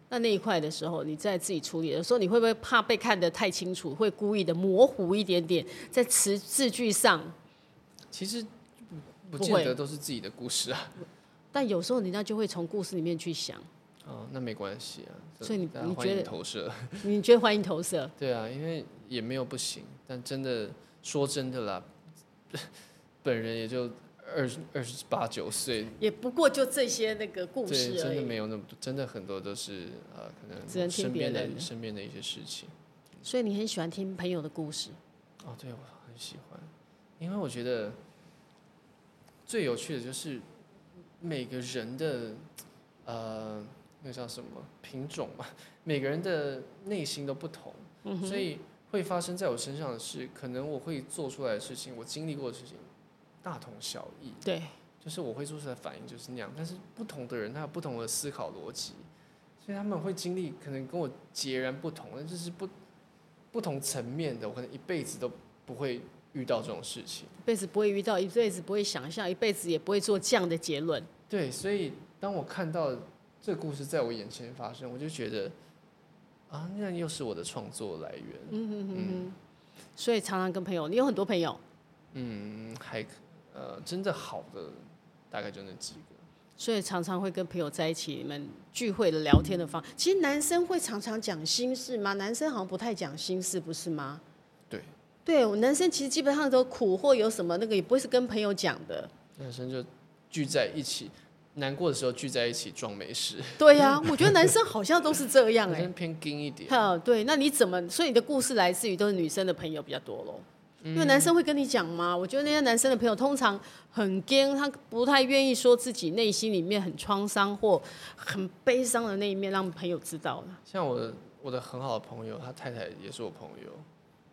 [SPEAKER 1] 那那一块的时候，你在自己处理的时候，你会不会怕被看得太清楚，会故意的模糊一点点，在词字句上
[SPEAKER 2] 其实不
[SPEAKER 1] 不
[SPEAKER 2] 不见
[SPEAKER 1] 会
[SPEAKER 2] 得都是自己的故事啊。
[SPEAKER 1] 但有时候人家就会从故事里面去想，
[SPEAKER 2] 哦，那没关系啊。这
[SPEAKER 1] 所以你
[SPEAKER 2] 大家
[SPEAKER 1] 你
[SPEAKER 2] 欢
[SPEAKER 1] 觉
[SPEAKER 2] 迎
[SPEAKER 1] 得
[SPEAKER 2] 投射？
[SPEAKER 1] 你觉得欢迎投射？
[SPEAKER 2] 对啊，因为也没有不行，但真的说真的啦， 本人也就二十二十八九岁，
[SPEAKER 1] 也不过就这些那个故
[SPEAKER 2] 对，
[SPEAKER 1] 事而
[SPEAKER 2] 真的
[SPEAKER 1] 已。
[SPEAKER 2] 没有那么多，真的很多都是呃，可
[SPEAKER 1] 只能听
[SPEAKER 2] 能身
[SPEAKER 1] 别
[SPEAKER 2] 边的
[SPEAKER 1] 人的
[SPEAKER 2] 身边的一些事情。
[SPEAKER 1] 所以你很喜欢听朋友的故事，
[SPEAKER 2] 哦，对我很喜欢，因为我觉得最有趣的就是每个人的呃，那叫什么品种嘛，每个人的内心都不同，所以会发生在我身上的事，可能我会做出来的事情，我经历过的事情，大同小异。
[SPEAKER 1] 对，
[SPEAKER 2] 就是我会做出来的反应就是那样，但是不同的人他有不同的思考逻辑，所以他们会经历可能跟我截然不同，但就是不不同层面的，我可能一辈子都不会遇到这种事情。
[SPEAKER 1] 一辈子不会遇到，一辈子不会想象，一辈子也不会做这样的结论。
[SPEAKER 2] 对，所以当我看到这个故事在我眼前发生，我就觉得啊，那又是我的创作来源。
[SPEAKER 1] 嗯哼哼哼。所以常常跟朋友，你有很多朋友，
[SPEAKER 2] 嗯，还可呃，真的好的大概就那几个。
[SPEAKER 1] 所以常常会跟朋友在一起，你们聚会的聊天的方。其实男生会常常讲心事吗？男生好像不太讲心事，不是吗？
[SPEAKER 2] 对，
[SPEAKER 1] 对，我男生其实基本上都苦或有什么那个，也不会是跟朋友讲的。
[SPEAKER 2] 男生就聚在一起，难过的时候聚在一起装没事，
[SPEAKER 1] 对呀、我觉得男生好像都是这样
[SPEAKER 2] 男
[SPEAKER 1] 哎、
[SPEAKER 2] 生偏硬一点。
[SPEAKER 1] 哈，嗯对，那你怎么？所以你的故事来自于都是女生的朋友比较多咯。因为男生会跟你讲吗？我觉得那些男生的朋友通常很惊，他不太愿意说自己内心里面很创伤或很悲伤的那一面，让朋友知道的。
[SPEAKER 2] 像我的我的很好的朋友，他太太也是我朋友，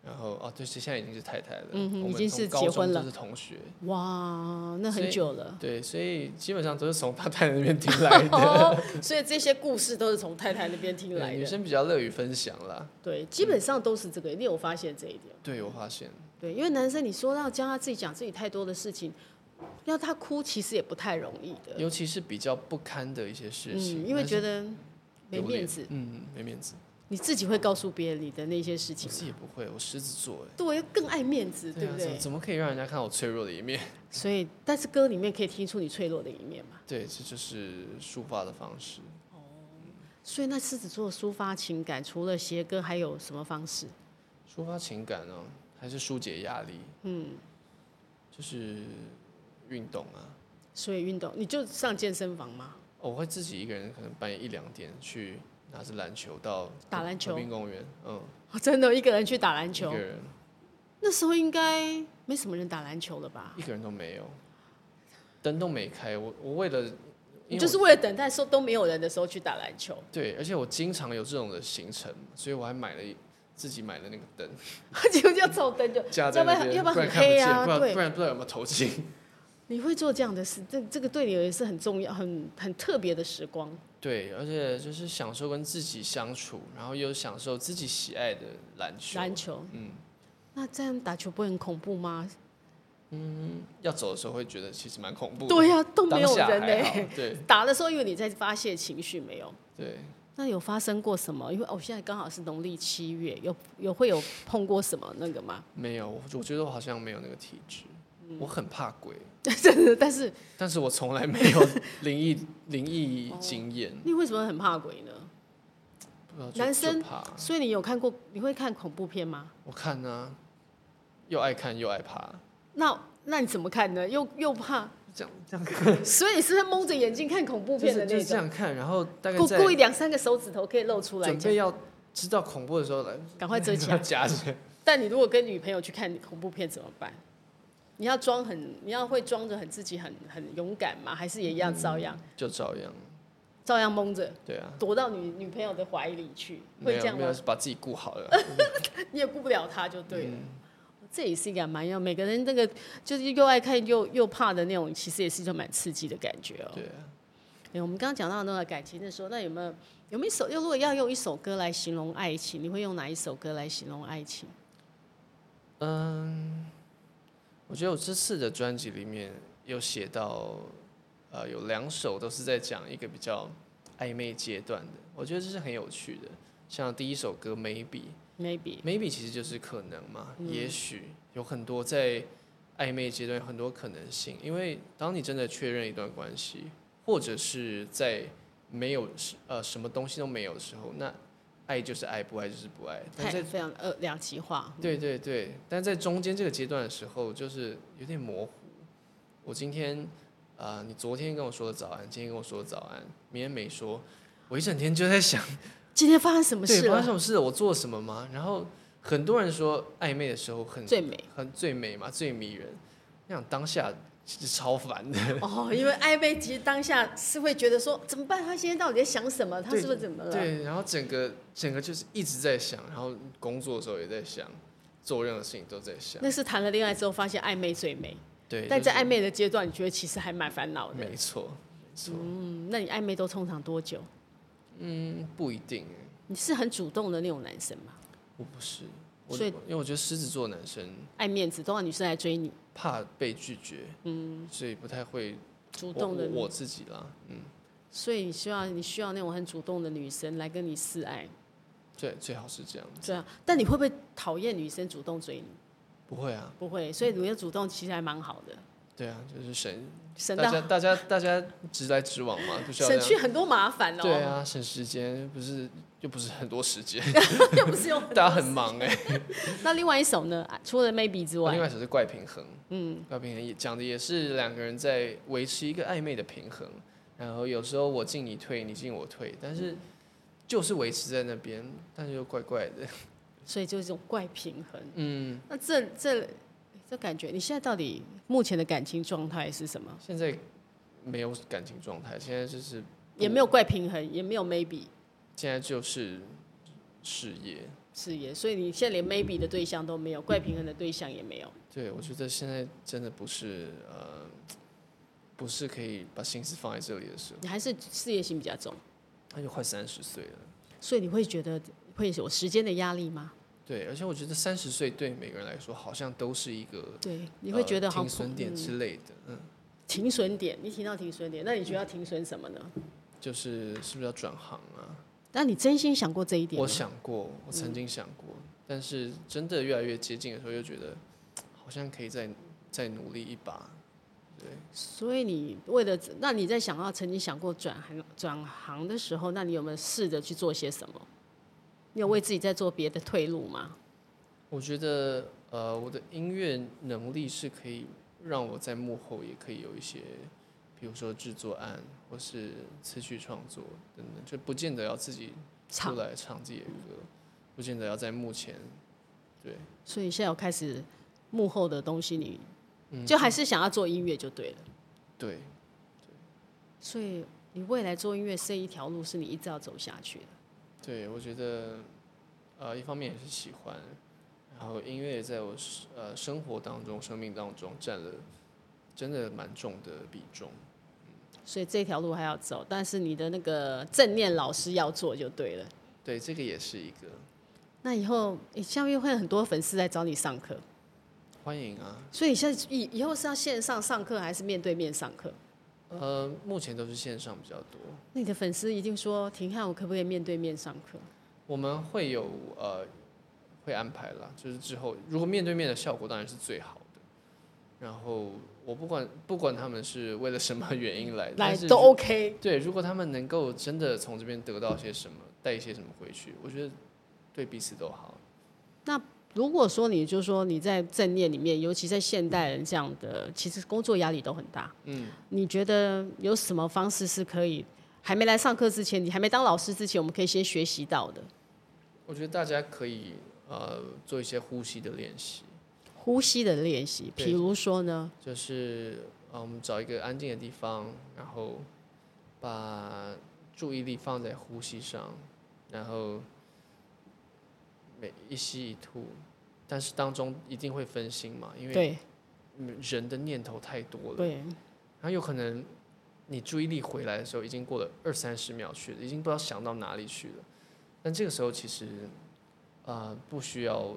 [SPEAKER 2] 然后哦，对，现在已经是太太了，
[SPEAKER 1] 嗯哼
[SPEAKER 2] 我们
[SPEAKER 1] 已经是
[SPEAKER 2] 从高
[SPEAKER 1] 结婚
[SPEAKER 2] 中
[SPEAKER 1] 了
[SPEAKER 2] 就是同学，
[SPEAKER 1] 哇，那
[SPEAKER 2] 所
[SPEAKER 1] 很
[SPEAKER 2] 以
[SPEAKER 1] 久了
[SPEAKER 2] 对，所以基本上都是从他太太那边听来的。
[SPEAKER 1] 哦，所以这些故事都是从太太那边 听来
[SPEAKER 2] 对女
[SPEAKER 1] 的。
[SPEAKER 2] 生比较乐于分享啦，
[SPEAKER 1] 对，基本上都是这个，你有发现这一点吗？
[SPEAKER 2] 对我发现，
[SPEAKER 1] 对，因为男生你说要教他自己讲自己太多的事情，要他哭其实也不太容易的。
[SPEAKER 2] 尤其是比较不堪的一些事情，
[SPEAKER 1] 嗯，因为
[SPEAKER 2] 但是
[SPEAKER 1] 觉得没
[SPEAKER 2] 丢
[SPEAKER 1] 面
[SPEAKER 2] 脸
[SPEAKER 1] 子，，
[SPEAKER 2] 嗯，没面子，
[SPEAKER 1] 你自己会告诉别人你的那些事
[SPEAKER 2] 我
[SPEAKER 1] 情
[SPEAKER 2] 自。己也不会，我狮子座哎，
[SPEAKER 1] 对，更爱面子，对
[SPEAKER 2] 啊，
[SPEAKER 1] 不
[SPEAKER 2] 怎么
[SPEAKER 1] 对？
[SPEAKER 2] 怎么可以让人家看我脆弱的一面？
[SPEAKER 1] 所以，但是歌里面可以听出你脆弱的一面嘛。
[SPEAKER 2] 对，这就是抒发的方式。
[SPEAKER 1] 所以，那狮子座抒发情感，除了写歌，还有什么方式？
[SPEAKER 2] 抒发情感呢、还是疏解压力？嗯，就是运动啊。
[SPEAKER 1] 所以运动，你就上健身房嘛，
[SPEAKER 2] 哦我会自己一个人，可能半夜一两点去拿着篮球到
[SPEAKER 1] 打篮球
[SPEAKER 2] 河滨公园，嗯，
[SPEAKER 1] 我 真的一个人去打篮
[SPEAKER 2] 一
[SPEAKER 1] 球
[SPEAKER 2] 个。人
[SPEAKER 1] 那时候应该没什么人打篮球了吧？
[SPEAKER 2] 一个人都没有，灯都没开。我我为了，因
[SPEAKER 1] 你
[SPEAKER 2] 为
[SPEAKER 1] 就是为了等待说都没有人的时候去打篮球，
[SPEAKER 2] 我对，而且我经常有这种的行程，所以我还买了一自己买了那个灯
[SPEAKER 1] 结果就要照灯就，
[SPEAKER 2] 架
[SPEAKER 1] 要
[SPEAKER 2] 在
[SPEAKER 1] 不
[SPEAKER 2] 那
[SPEAKER 1] 然
[SPEAKER 2] 边，
[SPEAKER 1] 要
[SPEAKER 2] 不
[SPEAKER 1] 然
[SPEAKER 2] 然
[SPEAKER 1] 很
[SPEAKER 2] 看不
[SPEAKER 1] 黑
[SPEAKER 2] 见，
[SPEAKER 1] 啊，
[SPEAKER 2] 不然
[SPEAKER 1] 对
[SPEAKER 2] 不。然不知道有没有头巾。
[SPEAKER 1] 你会做这样的事，这这个对你也是很重要、很很特别的时光。
[SPEAKER 2] 对，而且就是享受跟自己相处，然后又享受自己喜爱的篮球。
[SPEAKER 1] 篮球，
[SPEAKER 2] 嗯，
[SPEAKER 1] 那这样打球不会很恐怖吗？
[SPEAKER 2] 要走的时候会觉得其实蛮恐怖的。
[SPEAKER 1] 对呀、都没有
[SPEAKER 2] 当下
[SPEAKER 1] 人呢、欸
[SPEAKER 2] 还好对
[SPEAKER 1] 打的时候，因为你在发泄情绪，没有。
[SPEAKER 2] 对，
[SPEAKER 1] 那有发生过什么？因为哦，现在刚好是农历七月，有有会有碰过什么那个吗？
[SPEAKER 2] 没有，我我觉得我好像没有那个体质，
[SPEAKER 1] 嗯
[SPEAKER 2] 我很怕鬼，
[SPEAKER 1] 但是
[SPEAKER 2] 但是我从来没有 灵异灵异经验，
[SPEAKER 1] 你为什么很怕鬼呢？
[SPEAKER 2] 不知道就
[SPEAKER 1] 男生
[SPEAKER 2] 就怕，
[SPEAKER 1] 所以你有看过？你会看恐怖片吗？
[SPEAKER 2] 我看呢、又爱看又爱怕，
[SPEAKER 1] 那那你怎么看呢？又又怕，
[SPEAKER 2] 这样这样
[SPEAKER 1] 所以是蒙着眼睛看恐怖
[SPEAKER 2] 就
[SPEAKER 1] 片的
[SPEAKER 2] 是就
[SPEAKER 1] 那
[SPEAKER 2] 是这
[SPEAKER 1] 种，
[SPEAKER 2] 样看，然后大概
[SPEAKER 1] 故
[SPEAKER 2] 在
[SPEAKER 1] 故意两三个手指头可以露出来
[SPEAKER 2] 准
[SPEAKER 1] 讲，
[SPEAKER 2] 备要知道恐怖的时候来，。
[SPEAKER 1] 赶快遮起来
[SPEAKER 2] 夹起来，
[SPEAKER 1] 但你如果跟女朋友去看恐怖片怎么办？你要装很，你要会装着很自己很很勇敢吗？还是也一样照样、
[SPEAKER 2] 就照样，
[SPEAKER 1] 照样蒙着
[SPEAKER 2] 对啊，
[SPEAKER 1] 躲到女女朋友的怀里去？
[SPEAKER 2] 没
[SPEAKER 1] 会这
[SPEAKER 2] 有
[SPEAKER 1] 样
[SPEAKER 2] 没有
[SPEAKER 1] 吗？
[SPEAKER 2] 把自己顾好 了，
[SPEAKER 1] 你也顾不了她就对了。
[SPEAKER 2] 嗯
[SPEAKER 1] 这也是一个蛮要每个人那个就是又爱看又又怕的那种，其实也是一种蛮刺激的感觉哦。
[SPEAKER 2] 对啊，
[SPEAKER 1] 哎，我们刚刚讲到那个感情的时候，那有没有有没有一首？又如果要用一首歌来形容爱情，你会用哪一首歌来形容爱情？
[SPEAKER 2] 嗯，我觉得我这次的专辑里面有写到，呃，有两首都是在讲一个比较暧昧阶段的，我觉得这是很有趣的。像第一首歌《Maybe》
[SPEAKER 1] Maybe，
[SPEAKER 2] ，Maybe 其实就是可能嘛，也许有很多在暧昧阶段有很多可能性，因为当你真的确认一段关系，或者是在没有呃什么东西都没有的时候，那爱就是爱，不爱就是不爱。但
[SPEAKER 1] 太
[SPEAKER 2] 在
[SPEAKER 1] 非常呃两极化。
[SPEAKER 2] 对对对，但在中间这个阶段的时候，就是有点模糊。我今天啊、呃你昨天跟我说的早安，今天跟我说的早安，明天没说，我一整天就在想，
[SPEAKER 1] 今天发生什么
[SPEAKER 2] 对，
[SPEAKER 1] 事
[SPEAKER 2] 发生
[SPEAKER 1] 了？
[SPEAKER 2] 什么事？我做什么吗？然后很多人说暧昧的时候很
[SPEAKER 1] 最美
[SPEAKER 2] 很最美嘛，最迷人。那样当下其实超 烦的，
[SPEAKER 1] 哦，因为暧昧其实当下是会觉得说怎么办？他现在到底在想什么？他
[SPEAKER 2] 对
[SPEAKER 1] 是不是怎么了？
[SPEAKER 2] 对，然后整个整个就是一直在想，然后工作的时候也在想，做任何事情都在想，
[SPEAKER 1] 那是谈了恋爱之后发现暧昧最美，
[SPEAKER 2] 对，
[SPEAKER 1] 但
[SPEAKER 2] 就是
[SPEAKER 1] 在暧昧的阶段，你觉得其实还蛮烦恼的。
[SPEAKER 2] 没错没错，
[SPEAKER 1] 嗯，那你暧昧都通常多久？
[SPEAKER 2] 嗯，不一定欸
[SPEAKER 1] 你是很主动的那种男生吗？
[SPEAKER 2] 我不是，我
[SPEAKER 1] 所以
[SPEAKER 2] 因为我觉得狮子座男生
[SPEAKER 1] 爱面子，都让女生来追你，
[SPEAKER 2] 怕被拒绝，嗯，所以不太会
[SPEAKER 1] 主动的
[SPEAKER 2] 我我我自己啦，嗯，
[SPEAKER 1] 所以你需要你需要那种很主动的女生来跟你示爱，
[SPEAKER 2] 最最好是这样，
[SPEAKER 1] 这样。但你会不会讨厌女生主动追你？
[SPEAKER 2] 不会啊，
[SPEAKER 1] 不会，所以你要主动其实还蛮好的，
[SPEAKER 2] 对啊，就是省
[SPEAKER 1] 省
[SPEAKER 2] 大家
[SPEAKER 1] 到
[SPEAKER 2] 大家大家直来直往嘛，不需要
[SPEAKER 1] 省
[SPEAKER 2] 这
[SPEAKER 1] 去
[SPEAKER 2] 样，
[SPEAKER 1] 很多麻烦哦。
[SPEAKER 2] 对，啊，省时间不是又不是很多时间，
[SPEAKER 1] 又不是用
[SPEAKER 2] 大家很忙哎、
[SPEAKER 1] 那另外一首呢？啊除了 Maybe 之
[SPEAKER 2] 另
[SPEAKER 1] 外，
[SPEAKER 2] 外一首是怪平衡，嗯，怪平衡也讲的也是两个人在维持一个暧昧的平衡，然后有时候我进你退，你进我退，但是就是维持在那边，但是又怪怪的，
[SPEAKER 1] 所以就是这种怪平衡。
[SPEAKER 2] 嗯，
[SPEAKER 1] 那这这这感觉，你现在到底目前的感情状态是什么？
[SPEAKER 2] 现在没有感情状态，现在就是
[SPEAKER 1] 也没有怪平衡，也没有 Maybe
[SPEAKER 2] 现在就是事业，
[SPEAKER 1] 事业，所以你现在连 Maybe 的对象都没有，怪平衡的对象也没有。
[SPEAKER 2] 对我觉得现在真的不是呃，不是可以把心思放在这里的时候，
[SPEAKER 1] 你还是事业心比较重，
[SPEAKER 2] 他就快三十岁了，
[SPEAKER 1] 所以你会觉得会有时间的压力吗？
[SPEAKER 2] 对，而且我觉得三十岁对每个人来说好像都是一个
[SPEAKER 1] 对，你会觉得
[SPEAKER 2] 呃
[SPEAKER 1] 好
[SPEAKER 2] 停
[SPEAKER 1] 像
[SPEAKER 2] 损
[SPEAKER 1] 不
[SPEAKER 2] 点之类的，嗯，
[SPEAKER 1] 停损点，你提到停损点，那你觉得要停损什么呢？
[SPEAKER 2] 就是是不是要转行啊？
[SPEAKER 1] 那你真心想过这一点嗯
[SPEAKER 2] 我
[SPEAKER 1] 吗？
[SPEAKER 2] 想过，我曾经想过，但是真的越来越接近的时候，又觉得好像可以再再努力一把。
[SPEAKER 1] 所以你为了，那你在想要曾经想过转行转行的时候，那你有没有试着去做些什么？你有为自己在做别的退路吗？
[SPEAKER 2] 我觉得呃，我的音乐能力是可以让我在幕后也可以有一些，比如说制作案或是词曲创作等等，就不见得要自己出
[SPEAKER 1] 唱，
[SPEAKER 2] 来唱自己的歌，不见得要在幕前。对，
[SPEAKER 1] 所以现在有开始幕后的东西你，
[SPEAKER 2] 嗯
[SPEAKER 1] 就还是想要做音乐就对了。
[SPEAKER 2] 对，
[SPEAKER 1] 所以你未来做音乐这一条路是你一直要走下去的。
[SPEAKER 2] 对，我觉得，呃，一方面也是喜欢，然后音乐也在我生呃生活当中、生命当中占了真的蛮重的比重。
[SPEAKER 1] 所以这条路还要走，但是你的那个正念老师要做就对了。
[SPEAKER 2] 对，这个也是一个
[SPEAKER 1] 那以后，诶下面会有很多粉丝来找你上课，
[SPEAKER 2] 欢迎啊。
[SPEAKER 1] 所以现在以以后是要线上上课还是面对面上课？
[SPEAKER 2] 呃，目前都是线上比较多，
[SPEAKER 1] 那你的粉丝一定说：“婷汉，我可不可以面对面上课
[SPEAKER 2] 我们会有呃会安排啦，就是之后如果面对面的效果当然是最好的。然后我不管不管他们是为了什么原因来，？”哎但
[SPEAKER 1] 来
[SPEAKER 2] 是
[SPEAKER 1] 都
[SPEAKER 2] 如
[SPEAKER 1] OK。
[SPEAKER 2] 对，如果他们能够真的从这边得到些什么，带一些什么回去，我觉得对彼此都好。
[SPEAKER 1] 如果说你就说你在正念里面，尤其在现代人这样的，其实工作压力都很大。
[SPEAKER 2] 嗯，
[SPEAKER 1] 你觉得有什么方式是可以还没来上课之前，你还没当老师之前，我们可以先学习到的？
[SPEAKER 2] 我觉得大家可以呃做一些呼吸的练习，
[SPEAKER 1] 呼吸的练习，
[SPEAKER 2] 对
[SPEAKER 1] 比如说呢，
[SPEAKER 2] 就是呃我们找一个安静的地方，然后把注意力放在呼吸上，然后每一吸一吐，但是当中一定会分心嘛，因为
[SPEAKER 1] 对
[SPEAKER 2] 嗯人的念头太多了。
[SPEAKER 1] 对，
[SPEAKER 2] 然后有可能你注意力回来的时候，已经过了二三十秒去了，已经不知道想到哪里去了。但这个时候其实，呃，不需要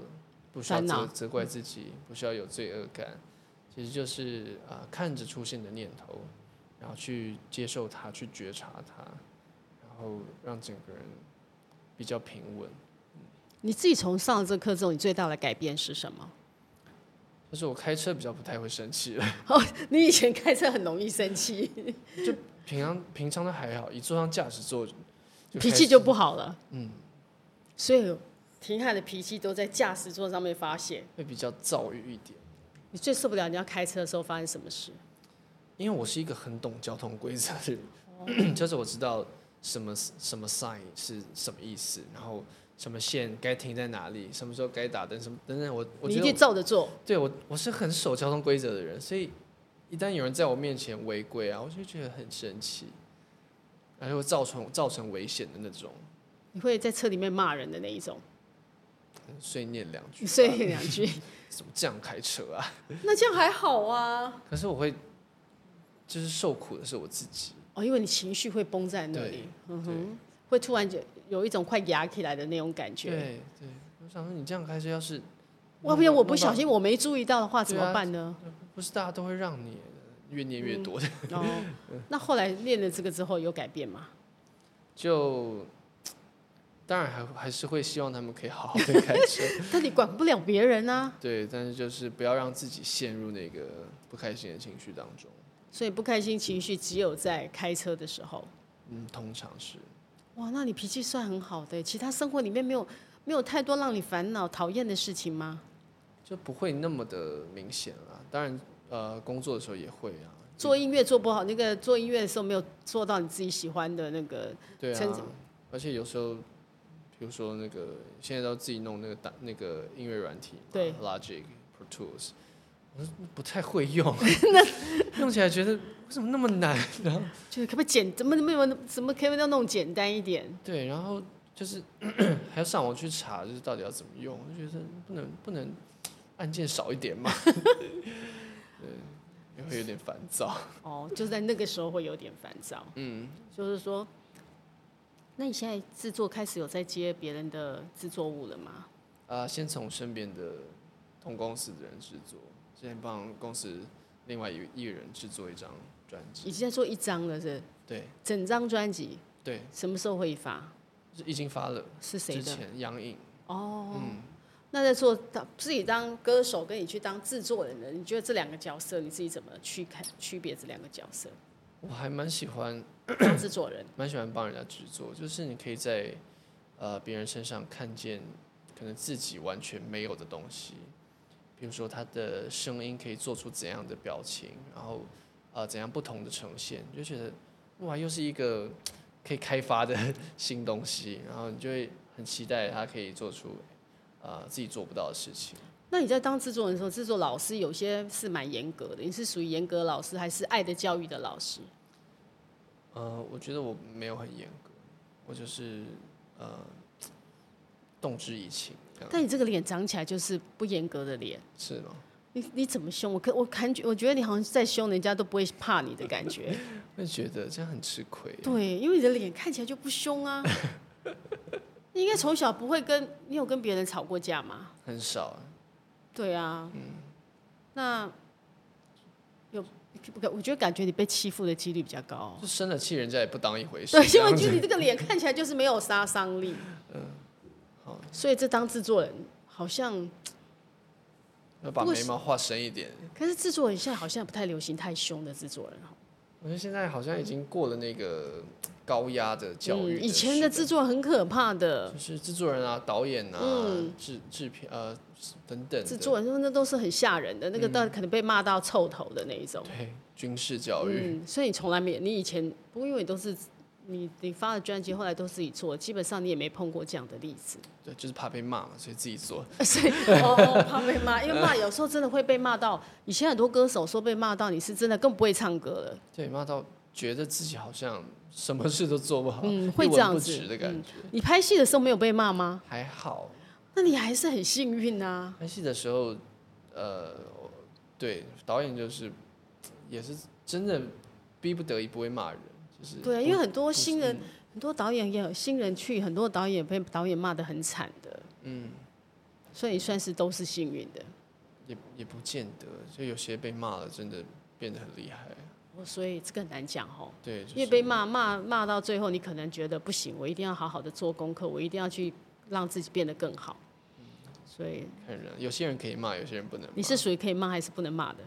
[SPEAKER 2] 不需要
[SPEAKER 1] 烦恼嗯
[SPEAKER 2] 责责怪自己，不需要有罪恶感，其实就是啊、呃看着出现的念头，然后去接受它，去觉察它，然后让整个人比较平稳。
[SPEAKER 1] 你自己从上了这课之后，你最大的改变是什么？
[SPEAKER 2] 就是我开车比较不太会生气了，
[SPEAKER 1] 你以前开车很容易生气，
[SPEAKER 2] 平常平常都还好，一坐上驾驶座就
[SPEAKER 1] 脾
[SPEAKER 2] 开
[SPEAKER 1] 气
[SPEAKER 2] 始
[SPEAKER 1] 就不好了。
[SPEAKER 2] 嗯
[SPEAKER 1] 所以婷汉的脾气都在驾驶座上面发泄。
[SPEAKER 2] 会比较躁郁一点。
[SPEAKER 1] 你最受不了你要开车的时候发生什么事？
[SPEAKER 2] 因为我是一个很懂交通规则的人，
[SPEAKER 1] 哦
[SPEAKER 2] 就是我知道什么什么 sign 是什么意思，然后什么线该停在哪里，什么时候该打灯，什么等等。我我
[SPEAKER 1] 你
[SPEAKER 2] 觉
[SPEAKER 1] 一
[SPEAKER 2] 得
[SPEAKER 1] 定照着做。
[SPEAKER 2] 我对我我是很守交通规则的人，所以一旦有人在我面前违规啊，我就觉得很生气，而且会造成造成危险的那种，
[SPEAKER 1] 你会在车里面骂人的那一种，
[SPEAKER 2] 碎念两句，
[SPEAKER 1] 所以两句，
[SPEAKER 2] 怎么这样开车啊？
[SPEAKER 1] 那这样还好啊。
[SPEAKER 2] 可是我会，就是受苦的是我自己，
[SPEAKER 1] 哦，因为你情绪会绷在那里
[SPEAKER 2] 对，
[SPEAKER 1] 嗯哼，会突然就有一种快压起来的那种感
[SPEAKER 2] 对
[SPEAKER 1] 觉。
[SPEAKER 2] 对，我想说你这样开车要是。
[SPEAKER 1] 要不然我不
[SPEAKER 2] 弄到
[SPEAKER 1] 小心我没注意到的话怎
[SPEAKER 2] 对
[SPEAKER 1] 么
[SPEAKER 2] 啊
[SPEAKER 1] 办呢？
[SPEAKER 2] 不是大家都会让你越念越多的，
[SPEAKER 1] 哦，那后来练了这个之后有改变 吗？
[SPEAKER 2] 就当然还还是会希望他们可以好好的开 车，
[SPEAKER 1] 但你管不了别人啊，
[SPEAKER 2] 对，但是就是不要让自己陷入那个不开心的情绪当中，
[SPEAKER 1] 所以不开心情绪只有在开车的时候。
[SPEAKER 2] 嗯，通常是
[SPEAKER 1] 哇，那你脾气算很好的，其他生活里面没有没有太多让你烦恼、讨厌的事情吗？
[SPEAKER 2] 就不会那么的明显啦。当然，呃，工作的时候也会啊，
[SPEAKER 1] 做音乐做不好，那个做音乐的时候没有做到你自己喜欢的那个，
[SPEAKER 2] 对
[SPEAKER 1] 曾
[SPEAKER 2] 啊，而且有时候。比如说那个，现在都自己弄那个打那个音乐软体嘛，
[SPEAKER 1] 对
[SPEAKER 2] ，Logic、Pro Tools，我说不太会 用，用起来觉得为什么那么难？然后
[SPEAKER 1] 就是可不可以简怎么怎么怎么可以要弄简单一点？
[SPEAKER 2] 对，然后就是 还要上网去查，就是到底要怎么用，我就觉得不能不能按键少一点嘛， 对，也会有点烦躁。
[SPEAKER 1] 哦，就在那个时候会有点烦躁。
[SPEAKER 2] 嗯，
[SPEAKER 1] 就是说，那你现在制作开始有在接别人的制作物了吗？
[SPEAKER 2] 呃，先从身边的同公司的人制作，先帮公司另外一个艺人制作一张专
[SPEAKER 1] 已
[SPEAKER 2] 辑。
[SPEAKER 1] 经在做一张了是不是
[SPEAKER 2] 对
[SPEAKER 1] 整张专辑
[SPEAKER 2] 对，
[SPEAKER 1] 什么时候会发？
[SPEAKER 2] 是已经发了。
[SPEAKER 1] 是谁
[SPEAKER 2] 之
[SPEAKER 1] 的？
[SPEAKER 2] 前杨颖，
[SPEAKER 1] 哦，
[SPEAKER 2] 嗯，
[SPEAKER 1] 那在做当自己当歌手，跟你去当制作人的，你觉得这两个角色你自己怎么区看区别这两个角色？
[SPEAKER 2] 我还蛮喜欢，
[SPEAKER 1] 当制作人，
[SPEAKER 2] 蛮喜欢帮人家制作，就是你可以在呃别人身上看见可能自己完全没有的东西，比如说他的声音可以做出怎样的表情，然后呃怎样不同的呈现，你就觉得哇，又是一个可以开发的 新东西，然后你就会很期待他可以做出呃自己做不到的事情。
[SPEAKER 1] 那你在当制作人的时候，制作老师有些是蛮严格的，你是属于严格老师，还是爱的教育的老师？
[SPEAKER 2] 呃，我觉得我没有很严格，我就是呃动之以情这样，
[SPEAKER 1] 但你这个脸长起来就是不严格的脸，
[SPEAKER 2] 是吗？
[SPEAKER 1] 你你怎么凶？我可我感觉我觉得你好像在凶人家都不会怕你的感觉。
[SPEAKER 2] 会觉得这样很吃亏。
[SPEAKER 1] 对，因为你的脸看起来就不凶啊。你应该从小不会跟你有跟别人吵过架吗？
[SPEAKER 2] 很少，
[SPEAKER 1] 对啊，
[SPEAKER 2] 嗯
[SPEAKER 1] 那有不可？我觉得感觉你被欺负的几率比较高哦、
[SPEAKER 2] 就生了气人家也不当一回事。
[SPEAKER 1] 对，
[SPEAKER 2] 这
[SPEAKER 1] 因为
[SPEAKER 2] 样
[SPEAKER 1] 我觉得你这个脸看起来就是没有杀伤力。嗯，
[SPEAKER 2] 好
[SPEAKER 1] 所以这当制作人好像，
[SPEAKER 2] 要把
[SPEAKER 1] 不过
[SPEAKER 2] 眉毛画深一点。
[SPEAKER 1] 可是制作人现在好像不太流行太凶的制作人哦。
[SPEAKER 2] 我觉得现在好像已经过了那个高压的教育
[SPEAKER 1] 嗯，以前的
[SPEAKER 2] 时
[SPEAKER 1] 制作人很可怕的
[SPEAKER 2] 代，就是制作人啊、导演啊、
[SPEAKER 1] 嗯
[SPEAKER 2] 制制片呃等等的嗯
[SPEAKER 1] 制作人那都是很吓人的，那个到可能被骂到臭头的那一种。
[SPEAKER 2] 对军事教育，
[SPEAKER 1] 嗯，所以你从来没有，你以前不过因为你都是你你发的专辑，后来都自己做，基本上你也没碰过这样的例子。
[SPEAKER 2] 对，就是怕被骂嘛，所以自己做。
[SPEAKER 1] 所以哦哦，怕被骂，因为骂有时候真的会被骂到。以前很多歌手说被骂到，你是真的更不会唱歌了。
[SPEAKER 2] 对，骂到觉得自己好像什么事都做不好，
[SPEAKER 1] 嗯
[SPEAKER 2] 一
[SPEAKER 1] 会
[SPEAKER 2] 文
[SPEAKER 1] 这样
[SPEAKER 2] 不
[SPEAKER 1] 子嗯
[SPEAKER 2] 值的感觉。
[SPEAKER 1] 你拍戏的时候没有被骂吗？
[SPEAKER 2] 还好，
[SPEAKER 1] 那你还是很幸运啊。
[SPEAKER 2] 拍戏的时候，呃，我对，导演就是也是真的逼不得已不会骂人，就是
[SPEAKER 1] 对啊，因为很多新人
[SPEAKER 2] 不，
[SPEAKER 1] 很多导演也有新人去，很多导演被导演骂得很惨的。
[SPEAKER 2] 嗯，
[SPEAKER 1] 所以你算是都是幸运的。
[SPEAKER 2] 也也不见得，就有些被骂了，真的变得很厉害。
[SPEAKER 1] 哦所以这个很难讲哦。
[SPEAKER 2] 对，就
[SPEAKER 1] 因为
[SPEAKER 2] 是
[SPEAKER 1] 被骂骂骂到最后，你可能觉得不行，我一定要好好的做功课，我一定要去让自己变得更好。所以
[SPEAKER 2] 看人，啊有些人可以骂，有些人不能骂。
[SPEAKER 1] 你是属于可以骂还是不能骂的？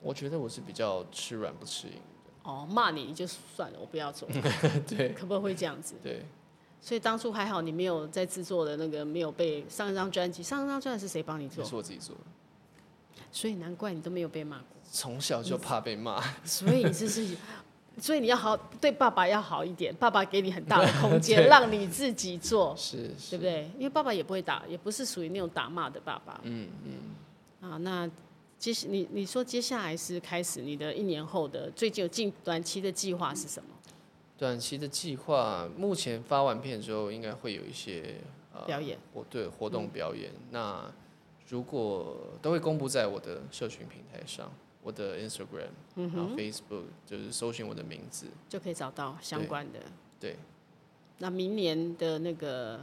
[SPEAKER 2] 我觉得我是比较吃软不吃硬，
[SPEAKER 1] 哦，骂你你就算了，我不要做，
[SPEAKER 2] 对
[SPEAKER 1] 可不会这样子？
[SPEAKER 2] 对，
[SPEAKER 1] 所以当初还好你没有在制作的那个没有被上一张专辑，上一张专辑是谁帮你
[SPEAKER 2] 这
[SPEAKER 1] 做？
[SPEAKER 2] 是我自己做的，
[SPEAKER 1] 所以难怪你都没有被骂过，
[SPEAKER 2] 从小就怕被骂。
[SPEAKER 1] 所以你这是。 所以你要好对爸爸要好一点，爸爸给你很大的空 间，让你自己做，
[SPEAKER 2] 是
[SPEAKER 1] 对
[SPEAKER 2] 是，
[SPEAKER 1] 不对？因为爸爸也不会打，也不是属于那种打骂的爸爸。
[SPEAKER 2] 嗯嗯，
[SPEAKER 1] 啊，那接你你说接下来是开始你的一年后的最近有近短期的计划是什么？
[SPEAKER 2] 短期的计划，目前发完片之后，应该会有一些呃
[SPEAKER 1] 表演
[SPEAKER 2] 活对活
[SPEAKER 1] 嗯
[SPEAKER 2] 动表演。那如果都会公布在我的社群平台上，我的 Instagram，、
[SPEAKER 1] 嗯
[SPEAKER 2] 然后 Facebook，就是搜寻我的名字。
[SPEAKER 1] 就可以找到相
[SPEAKER 2] 对
[SPEAKER 1] 关的。
[SPEAKER 2] 对，
[SPEAKER 1] 那明年的那个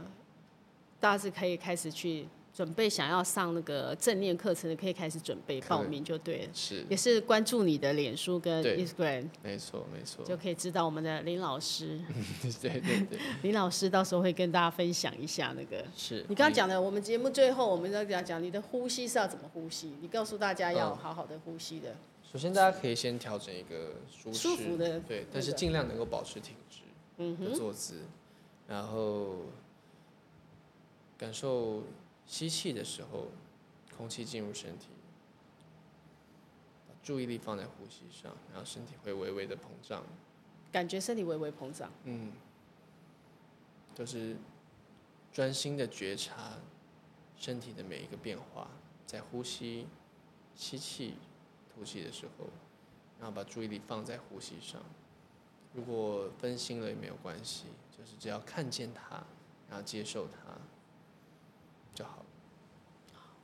[SPEAKER 1] 大致可以开始去准备，想要上那个正念课程的，可以开始准备
[SPEAKER 2] 可以
[SPEAKER 1] 报名就对了。
[SPEAKER 2] 是
[SPEAKER 1] 也是关注你的脸书跟
[SPEAKER 2] 对
[SPEAKER 1] Instagram，
[SPEAKER 2] 没错没错，
[SPEAKER 1] 就可以知道我们的林老师。
[SPEAKER 2] 对对对，
[SPEAKER 1] 林老师到时候会跟大家分享一下那个。
[SPEAKER 2] 是。
[SPEAKER 1] 你刚刚讲的，我们节目最后我们要讲讲你的呼吸是要怎么呼吸，你告诉大家要
[SPEAKER 2] 嗯
[SPEAKER 1] 好好的呼吸的。
[SPEAKER 2] 首先大家可以先调整一个舒适
[SPEAKER 1] 舒服的嗯
[SPEAKER 2] 对，但是尽量能够保持挺直的坐姿，然后感受吸气的时候，空气进入身体，把注意力放在呼吸上，然后身体会微微的膨胀，
[SPEAKER 1] 感觉身体微微膨胀，
[SPEAKER 2] 嗯，就是专心的觉察身体的每一个变化，在呼吸、吸气、吐气的时候，然后把注意力放在呼吸上。如果分心了也没有关系，就是只要看见它，然后接受它就好了。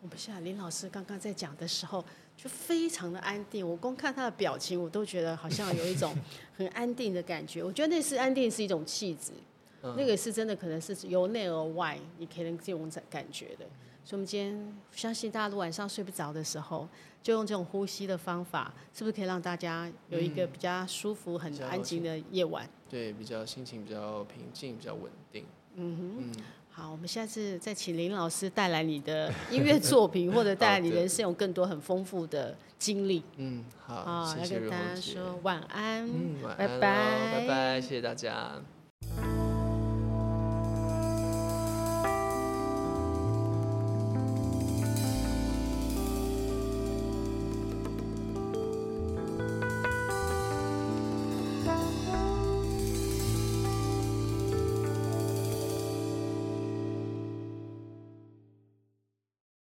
[SPEAKER 1] 我们现在林老师刚刚在讲的时候，就非常的安定。我光看他的表情，我都觉得好像有一种很安定的感觉。我觉得那是安定是一种气质，那个是真的，可能是由内而外，你可能这种感觉的。所以，我们今天相信大家，如果晚上睡不着的时候，就用这种呼吸的方法，是不是可以让大家有一个比较舒服、很安静的夜晚？
[SPEAKER 2] 对，比较心情比较平静，比较稳定。
[SPEAKER 1] 好，我们下次再请林老师带来你的音乐作品，或者带来你人生有更多很丰富的经历
[SPEAKER 2] 嗯，好，
[SPEAKER 1] 啊！
[SPEAKER 2] 谢
[SPEAKER 1] 要
[SPEAKER 2] 谢
[SPEAKER 1] 跟
[SPEAKER 2] 瑞
[SPEAKER 1] 大
[SPEAKER 2] 红
[SPEAKER 1] 家
[SPEAKER 2] 姐。
[SPEAKER 1] 说晚安，
[SPEAKER 2] 嗯，晚
[SPEAKER 1] 拜
[SPEAKER 2] 安
[SPEAKER 1] 拜
[SPEAKER 2] 喽，拜拜，谢谢大家。